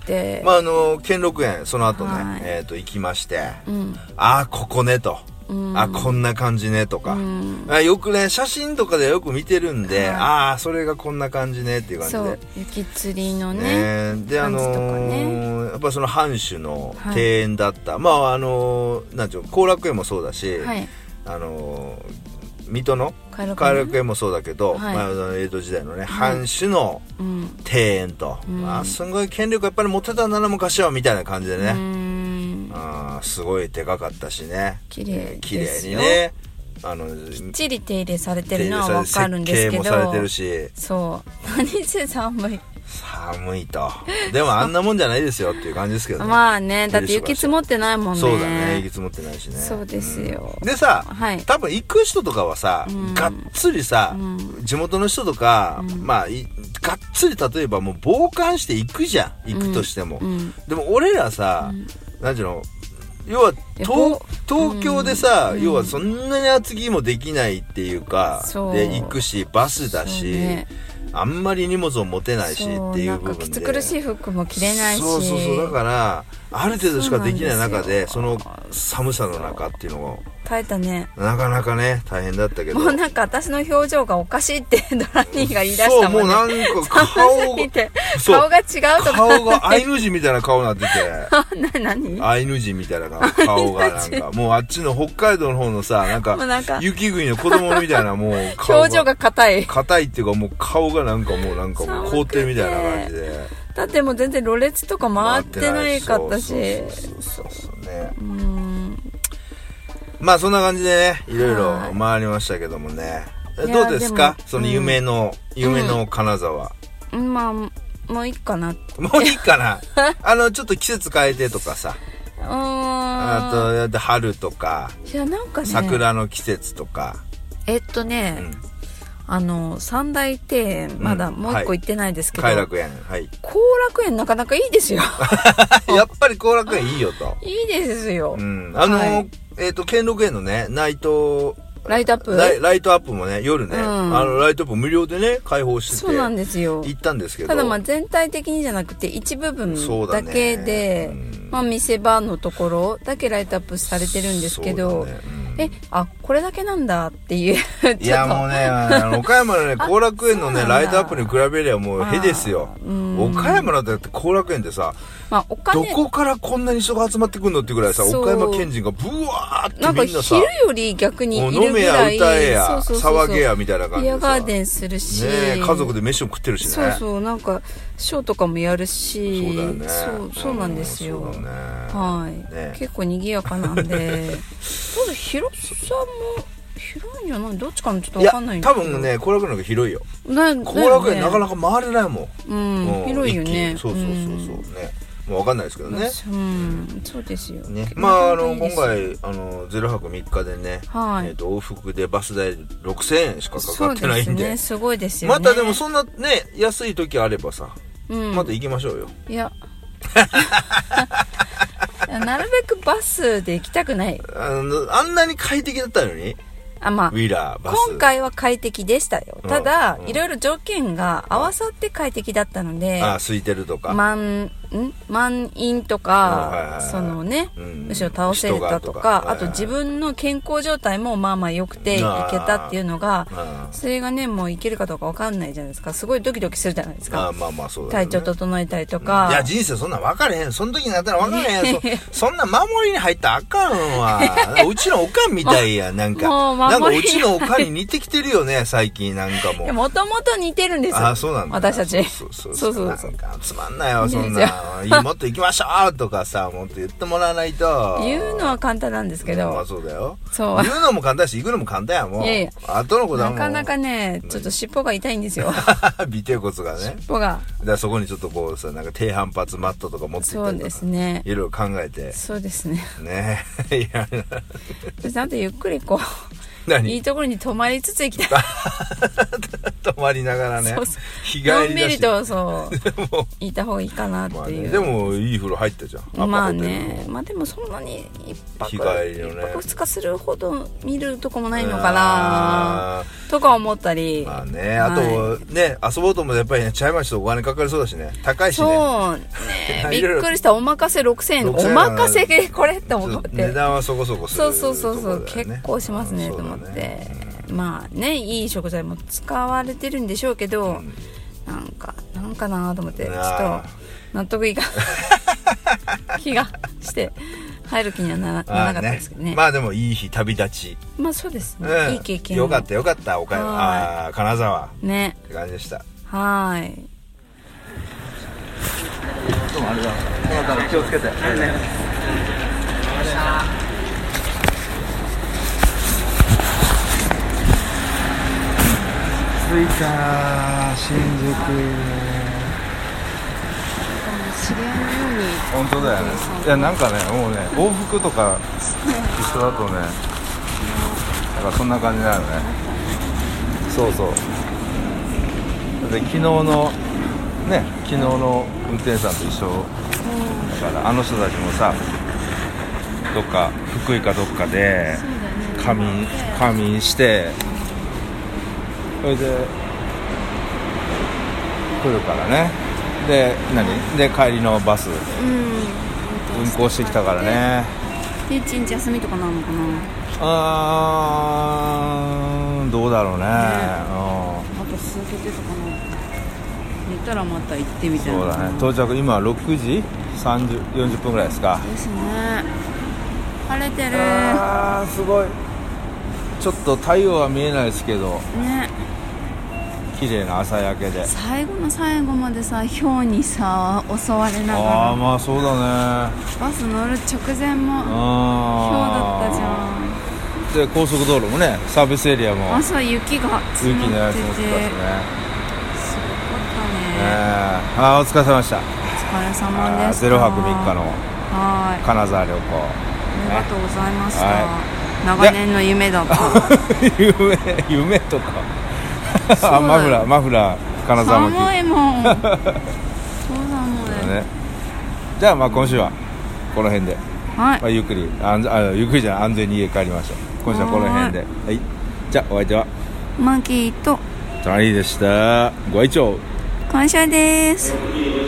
[SPEAKER 5] って、
[SPEAKER 2] まああの兼六園その後ね、
[SPEAKER 5] はい
[SPEAKER 2] えっ、と行きまして、
[SPEAKER 5] うん
[SPEAKER 2] ああここねと、
[SPEAKER 5] うん
[SPEAKER 2] あこんな感じねとか、
[SPEAKER 5] うん
[SPEAKER 2] あよくね写真とかでよく見てるんで、
[SPEAKER 5] はい
[SPEAKER 2] ああそれがこんな感じねっていう感じ
[SPEAKER 5] そう
[SPEAKER 2] で
[SPEAKER 5] 雪釣りのね
[SPEAKER 2] ねであの
[SPEAKER 5] 感じとか
[SPEAKER 2] ー
[SPEAKER 5] ね
[SPEAKER 2] やっぱその藩主の
[SPEAKER 5] はい
[SPEAKER 2] 庭園だった、まああのーなんちゅうの後楽園もそうだし、
[SPEAKER 5] はい
[SPEAKER 2] あのー水戸の
[SPEAKER 5] カイロ
[SPEAKER 2] 後楽園もそうだけど、
[SPEAKER 5] はい
[SPEAKER 2] まああの、江戸時代のね、藩主の
[SPEAKER 5] うん
[SPEAKER 2] 庭園と、まあすごい権力やっぱり持ってたんだな昔はみたいな感じで
[SPEAKER 5] う
[SPEAKER 2] ね、
[SPEAKER 5] ん
[SPEAKER 2] あーすごいでかかったしね
[SPEAKER 5] 綺麗
[SPEAKER 2] 綺
[SPEAKER 5] で
[SPEAKER 2] 麗
[SPEAKER 5] す
[SPEAKER 2] に
[SPEAKER 5] よ
[SPEAKER 2] ねあの
[SPEAKER 5] きっちり手入れされて
[SPEAKER 2] 手
[SPEAKER 5] る
[SPEAKER 2] 入
[SPEAKER 5] の
[SPEAKER 2] れ
[SPEAKER 5] は
[SPEAKER 2] されて
[SPEAKER 5] わかるんです
[SPEAKER 2] 設
[SPEAKER 5] け
[SPEAKER 2] 計
[SPEAKER 5] ど
[SPEAKER 2] もされてるし
[SPEAKER 5] そう何せ寒い
[SPEAKER 2] 寒いとでもあんなもんじゃないですよっていう感じですけどね
[SPEAKER 5] まあねだって雪積もってないもんね
[SPEAKER 2] そうだね雪積もってないしね
[SPEAKER 5] そうですよ
[SPEAKER 2] でさ、
[SPEAKER 5] はい
[SPEAKER 2] 多分行く人とかはさ、
[SPEAKER 5] うん
[SPEAKER 2] がっつりさ、
[SPEAKER 5] うん
[SPEAKER 2] 地元の人とか、
[SPEAKER 5] うん
[SPEAKER 2] まあいがっつり例えばもう傍観して行くじゃん行くとしても、
[SPEAKER 5] うん
[SPEAKER 2] でも俺らさ、なんていうの要は
[SPEAKER 5] や
[SPEAKER 2] 東
[SPEAKER 5] ぼ
[SPEAKER 2] 東京でさ、要はそんなに厚着もできないっていうか
[SPEAKER 5] そう
[SPEAKER 2] で行くしバスだ
[SPEAKER 5] そう
[SPEAKER 2] し、
[SPEAKER 5] ね
[SPEAKER 2] あんまり荷物を持てないしって
[SPEAKER 5] そう
[SPEAKER 2] い
[SPEAKER 5] な
[SPEAKER 2] うん部
[SPEAKER 5] か
[SPEAKER 2] 分で
[SPEAKER 5] きつ苦しい服も着れないし
[SPEAKER 2] そうそうそうだからある程度しかできない中で
[SPEAKER 5] そ
[SPEAKER 2] そう
[SPEAKER 5] なん
[SPEAKER 2] の
[SPEAKER 5] ですよ
[SPEAKER 2] 寒さの中っていうのを
[SPEAKER 5] 耐えたね
[SPEAKER 2] なかなかね大変だったけど
[SPEAKER 5] もうなんか私の表情がおかしいって ドラニーが言い出し
[SPEAKER 2] そ
[SPEAKER 5] た
[SPEAKER 2] うも
[SPEAKER 5] も
[SPEAKER 2] うんなん
[SPEAKER 5] ね
[SPEAKER 2] か顔
[SPEAKER 5] 寒す
[SPEAKER 2] が
[SPEAKER 5] ぎて
[SPEAKER 2] そう
[SPEAKER 5] 顔が違うとか
[SPEAKER 2] 顔がアイヌ人みたいな顔になってて
[SPEAKER 5] な何
[SPEAKER 2] アイヌ人みたいな顔がなん かもうあっちの北海道の方のさなんか
[SPEAKER 5] もうなんか
[SPEAKER 2] 雪国の子供みたいなもう顔
[SPEAKER 5] 表情が硬い
[SPEAKER 2] 硬いっていうかもう顔がなんかもうなんかもう凍ってるみたいな感じで
[SPEAKER 5] だってもう全然ろれつとか回ってないかったし
[SPEAKER 2] そうそうそうそうね
[SPEAKER 5] うん
[SPEAKER 2] まあそんな感じでねいろいろ
[SPEAKER 5] はい
[SPEAKER 2] 回りましたけどもねえ
[SPEAKER 5] いや
[SPEAKER 2] どうですか
[SPEAKER 5] でも
[SPEAKER 2] その夢の夢の金沢
[SPEAKER 5] まあもういいかなう
[SPEAKER 2] もういいかなあのちょっと季節変えてとかさ
[SPEAKER 5] ーん
[SPEAKER 2] あとだって春とか
[SPEAKER 5] いやなんかね
[SPEAKER 2] 桜の季節とか、
[SPEAKER 5] えっとね、
[SPEAKER 2] うん
[SPEAKER 5] あの三大庭園まだ
[SPEAKER 2] うん
[SPEAKER 5] もう一個行ってないですけど、
[SPEAKER 2] 偕楽園はい
[SPEAKER 5] 後楽園なかなかい いですよ
[SPEAKER 2] やっぱり後楽園いいよと
[SPEAKER 5] いいですよ、
[SPEAKER 2] うんあの、
[SPEAKER 5] はい
[SPEAKER 2] えっ、と兼六園のねナイト
[SPEAKER 5] ライトアップ
[SPEAKER 2] ライライトアップもね夜ね、
[SPEAKER 5] うん
[SPEAKER 2] あのライトアップ無料でね開放してて
[SPEAKER 5] そうなんですよ
[SPEAKER 2] 行ったんですけど
[SPEAKER 5] ただまあ全体的にじゃなくて一部分
[SPEAKER 2] そうだ
[SPEAKER 5] だ
[SPEAKER 2] ね
[SPEAKER 5] けで
[SPEAKER 2] うん
[SPEAKER 5] まあ見せ場のところだけライトアップされてるんですけ
[SPEAKER 2] そう
[SPEAKER 5] ど、
[SPEAKER 2] だねうん
[SPEAKER 5] えあこれだけなんだっていうちょっと
[SPEAKER 2] いやもうね、あの岡山の ね、後楽園のね、
[SPEAKER 5] そうなんだ
[SPEAKER 2] ライトアップに比べりゃもう、へですよ。岡山のだって後楽園ってさ、
[SPEAKER 5] まあお
[SPEAKER 2] ど
[SPEAKER 5] 金
[SPEAKER 2] こからこんなに人が集まってくるのってぐらいさ、
[SPEAKER 5] そう
[SPEAKER 2] 岡山県人がブワーって
[SPEAKER 5] なんか
[SPEAKER 2] みんなさ
[SPEAKER 5] 昼、より逆にい
[SPEAKER 2] もう
[SPEAKER 5] る
[SPEAKER 2] 飲め
[SPEAKER 5] ぐ
[SPEAKER 2] や
[SPEAKER 5] らい
[SPEAKER 2] 歌えや、
[SPEAKER 5] そうそうそう
[SPEAKER 2] 騒げやみたいな感じ
[SPEAKER 5] ビ
[SPEAKER 2] で
[SPEAKER 5] ア
[SPEAKER 2] さ。
[SPEAKER 5] ガーデンするし、
[SPEAKER 2] ねえ家族で飯を食ってるしね。
[SPEAKER 5] そうそうなんかショーとかもやるし
[SPEAKER 2] そうだよね。
[SPEAKER 5] そうそうなんですよ、
[SPEAKER 2] そうだね。
[SPEAKER 5] はい、
[SPEAKER 2] ね
[SPEAKER 5] 結構賑やかなんでちょっと広広さも広いんじゃないどっちかもちょっと
[SPEAKER 2] い
[SPEAKER 5] 分
[SPEAKER 2] や
[SPEAKER 5] かんないんだ
[SPEAKER 2] 多
[SPEAKER 5] けど
[SPEAKER 2] 分ね後楽園の方が広いよ
[SPEAKER 5] だ
[SPEAKER 2] 後楽園なか
[SPEAKER 5] な
[SPEAKER 2] なか回れないもん、
[SPEAKER 5] うん
[SPEAKER 2] うん
[SPEAKER 5] 広いよね
[SPEAKER 2] 一気にそうそうそうそうねもう分かんないですけどね
[SPEAKER 5] うんそうですよ
[SPEAKER 2] ね、まああの
[SPEAKER 5] いいで
[SPEAKER 2] 今
[SPEAKER 5] す
[SPEAKER 2] 回あの0泊3日でね、
[SPEAKER 5] はい
[SPEAKER 2] えー、と往復でバス代6000円しかか
[SPEAKER 5] そ
[SPEAKER 2] か
[SPEAKER 5] う
[SPEAKER 2] ってな
[SPEAKER 5] で
[SPEAKER 2] い
[SPEAKER 5] す
[SPEAKER 2] んで
[SPEAKER 5] ねすごいですよね
[SPEAKER 2] またでもそんなね安い時あればさ、
[SPEAKER 5] うん
[SPEAKER 2] また行きましょうよ
[SPEAKER 5] いや いやなるべくバスで行きたくない
[SPEAKER 2] あのあんなに快適だったのに
[SPEAKER 5] あまあ
[SPEAKER 2] ウィーラーバス
[SPEAKER 5] 今回は快適でしたよ
[SPEAKER 2] うん
[SPEAKER 5] ただ、
[SPEAKER 2] うん
[SPEAKER 5] いろいろ条件が合わさって快適だったので、
[SPEAKER 2] あ空いてるとか、
[SPEAKER 5] 満ん満員と
[SPEAKER 2] うんはいはい
[SPEAKER 5] か、
[SPEAKER 2] はい
[SPEAKER 5] そのね、
[SPEAKER 2] うん
[SPEAKER 5] むしろ倒せれた
[SPEAKER 2] 人
[SPEAKER 5] と
[SPEAKER 2] がと
[SPEAKER 5] か
[SPEAKER 2] か
[SPEAKER 5] あと
[SPEAKER 2] はいはい
[SPEAKER 5] 自分の健康状態もまあまあ良くていけ
[SPEAKER 2] あー
[SPEAKER 5] たっていうのが
[SPEAKER 2] うんあ
[SPEAKER 5] それがねもういけるかどうか分かんないじゃないですかすごいドキドキするじゃないですか、
[SPEAKER 2] あまあまあそうだ、ね、
[SPEAKER 5] 体調整えたりと
[SPEAKER 2] いや
[SPEAKER 5] か、
[SPEAKER 2] 人生そんなん分かれへんその時になったら分かれへんそそんな守りに入ったらあかん わうちのおかんみたいやなんか
[SPEAKER 5] もう
[SPEAKER 2] なんか
[SPEAKER 5] 守り
[SPEAKER 2] う
[SPEAKER 5] に
[SPEAKER 2] ちのおかんに似てきてるよね最近なんかもう
[SPEAKER 5] もともと似てるんですよ
[SPEAKER 2] あそうなんだ
[SPEAKER 5] 私たち
[SPEAKER 2] そうそう
[SPEAKER 5] そ
[SPEAKER 2] そうう
[SPEAKER 5] そうそ
[SPEAKER 2] な
[SPEAKER 5] うん
[SPEAKER 2] かつまんないわ
[SPEAKER 5] いい
[SPEAKER 2] そ
[SPEAKER 5] です
[SPEAKER 2] ん
[SPEAKER 5] よ
[SPEAKER 2] ないいもっと行きましょうとかさもっと言ってもらわないと
[SPEAKER 5] 言うのは簡単なんですけ
[SPEAKER 2] ま
[SPEAKER 5] ど
[SPEAKER 2] あ、そうだよ
[SPEAKER 5] そう
[SPEAKER 2] 言うのも簡単やし行くのも簡単やもん
[SPEAKER 5] いやい
[SPEAKER 2] 後のことは
[SPEAKER 5] な
[SPEAKER 2] もう
[SPEAKER 5] かなかねちょっと尻尾が痛いんですよ
[SPEAKER 2] 尾てい骨がね
[SPEAKER 5] 尻尾が
[SPEAKER 2] だからそこにちょっとこうさなんか低反発マットとか持って行
[SPEAKER 5] そ
[SPEAKER 2] っ
[SPEAKER 5] う
[SPEAKER 2] て
[SPEAKER 5] ですね
[SPEAKER 2] いろいろ考えて
[SPEAKER 5] そうで すね
[SPEAKER 2] ねいや
[SPEAKER 5] ちょっとあとゆっくりこういい
[SPEAKER 2] 何
[SPEAKER 5] ところに泊まりつつ行きたい
[SPEAKER 2] 泊まりながらね
[SPEAKER 5] そうそう
[SPEAKER 2] 日帰りだ
[SPEAKER 5] の
[SPEAKER 2] し
[SPEAKER 5] んびり とそう
[SPEAKER 2] も
[SPEAKER 5] いた方がいいかなっ
[SPEAKER 2] まあ
[SPEAKER 5] て
[SPEAKER 2] ね
[SPEAKER 5] いう、
[SPEAKER 2] でもいい風呂入ったじゃんアパホテルの
[SPEAKER 5] まあねまあでもそんなに一泊
[SPEAKER 2] 日帰りのね
[SPEAKER 5] 一泊二日するほど見るとこもないのかな
[SPEAKER 2] あ
[SPEAKER 5] とか思ったり、
[SPEAKER 2] ーまあねあと、ね遊ぼうと思うとやっぱりね茶屋町とお金かかりそうだしね高いしね
[SPEAKER 5] そうね びっくりしたお任せ6000円お任せでこれって
[SPEAKER 2] ち
[SPEAKER 5] 思
[SPEAKER 2] ょっ
[SPEAKER 5] っ
[SPEAKER 2] と
[SPEAKER 5] て
[SPEAKER 2] 値段はそこそこする
[SPEAKER 5] そうそうそうそう、
[SPEAKER 2] ところだよね
[SPEAKER 5] 結構しますねと思っ
[SPEAKER 2] そうだね
[SPEAKER 5] て、まあねいい食材も使われてるんでしょうけど、なんかなんかなと思ってちょっと
[SPEAKER 2] あー
[SPEAKER 5] 納得いかん気がして入る気にはならならなかったですけどね
[SPEAKER 2] ま
[SPEAKER 5] まあ、
[SPEAKER 2] あでもいい日旅立ち、
[SPEAKER 5] そうです
[SPEAKER 2] う
[SPEAKER 5] ね、
[SPEAKER 2] ん
[SPEAKER 5] いい経験
[SPEAKER 2] よかったよかった岡山
[SPEAKER 5] は
[SPEAKER 2] ああー金沢っ
[SPEAKER 5] ね
[SPEAKER 2] て感じでした
[SPEAKER 5] はーい
[SPEAKER 2] 気をつけて
[SPEAKER 9] 着いた新宿本当だよねいやなんかねもうね往復とか一緒だとねなんかそんな感じだよねそうそうで昨日のね昨日の運転手さんと一緒だからあの人たちもさどっか福井かどっかで仮眠仮眠してそれで来るからねで何で帰りのバス運行してきたからね
[SPEAKER 10] で一日休みとかなのかな
[SPEAKER 9] あーどうだろうね
[SPEAKER 10] あと数日とかな寝たらまた行ってみた
[SPEAKER 9] う
[SPEAKER 10] い
[SPEAKER 9] ん
[SPEAKER 10] な
[SPEAKER 9] そうだね到着今6時30 40分ぐらいですか
[SPEAKER 10] ですね晴れてる
[SPEAKER 9] あーすごいちょっと太陽は見えないですけど
[SPEAKER 10] ね
[SPEAKER 9] 綺麗な朝焼けで
[SPEAKER 10] 最後の最後までさ氷にさ襲われなが
[SPEAKER 9] ああ
[SPEAKER 10] ら
[SPEAKER 9] まあそうだね
[SPEAKER 10] バス乗る直前も氷
[SPEAKER 9] ああ
[SPEAKER 10] だったじゃ
[SPEAKER 9] で高速道路もねサービスエリアも
[SPEAKER 10] ん朝雪が積
[SPEAKER 9] 雪
[SPEAKER 10] もっ
[SPEAKER 9] のやつ
[SPEAKER 10] て
[SPEAKER 9] も来たしてね
[SPEAKER 10] よ
[SPEAKER 9] え
[SPEAKER 10] か
[SPEAKER 9] えあ
[SPEAKER 10] っ
[SPEAKER 9] あお疲れ様でした
[SPEAKER 10] たねお疲れ様
[SPEAKER 9] あ
[SPEAKER 10] で
[SPEAKER 9] ー
[SPEAKER 10] した
[SPEAKER 9] ゼロ泊3日の
[SPEAKER 10] はい
[SPEAKER 9] 金沢旅
[SPEAKER 10] ありがとうございました、
[SPEAKER 9] は
[SPEAKER 10] 長年の夢だった
[SPEAKER 9] 行 夢夢とか
[SPEAKER 10] そうだ
[SPEAKER 9] あ
[SPEAKER 10] よ
[SPEAKER 9] マフラーマフラー金沢巻き
[SPEAKER 10] 寒いもんそうだもんね
[SPEAKER 9] ねじゃあまあ今週はこの辺で、
[SPEAKER 10] はい
[SPEAKER 9] まあ、ゆっくりあんあゆっくりじゃない安全に家帰りましょう今週はこの辺ではいじゃあお相手は
[SPEAKER 10] マンキーと
[SPEAKER 9] トラリーでしたご愛聴
[SPEAKER 10] 感謝です
[SPEAKER 9] バイバイ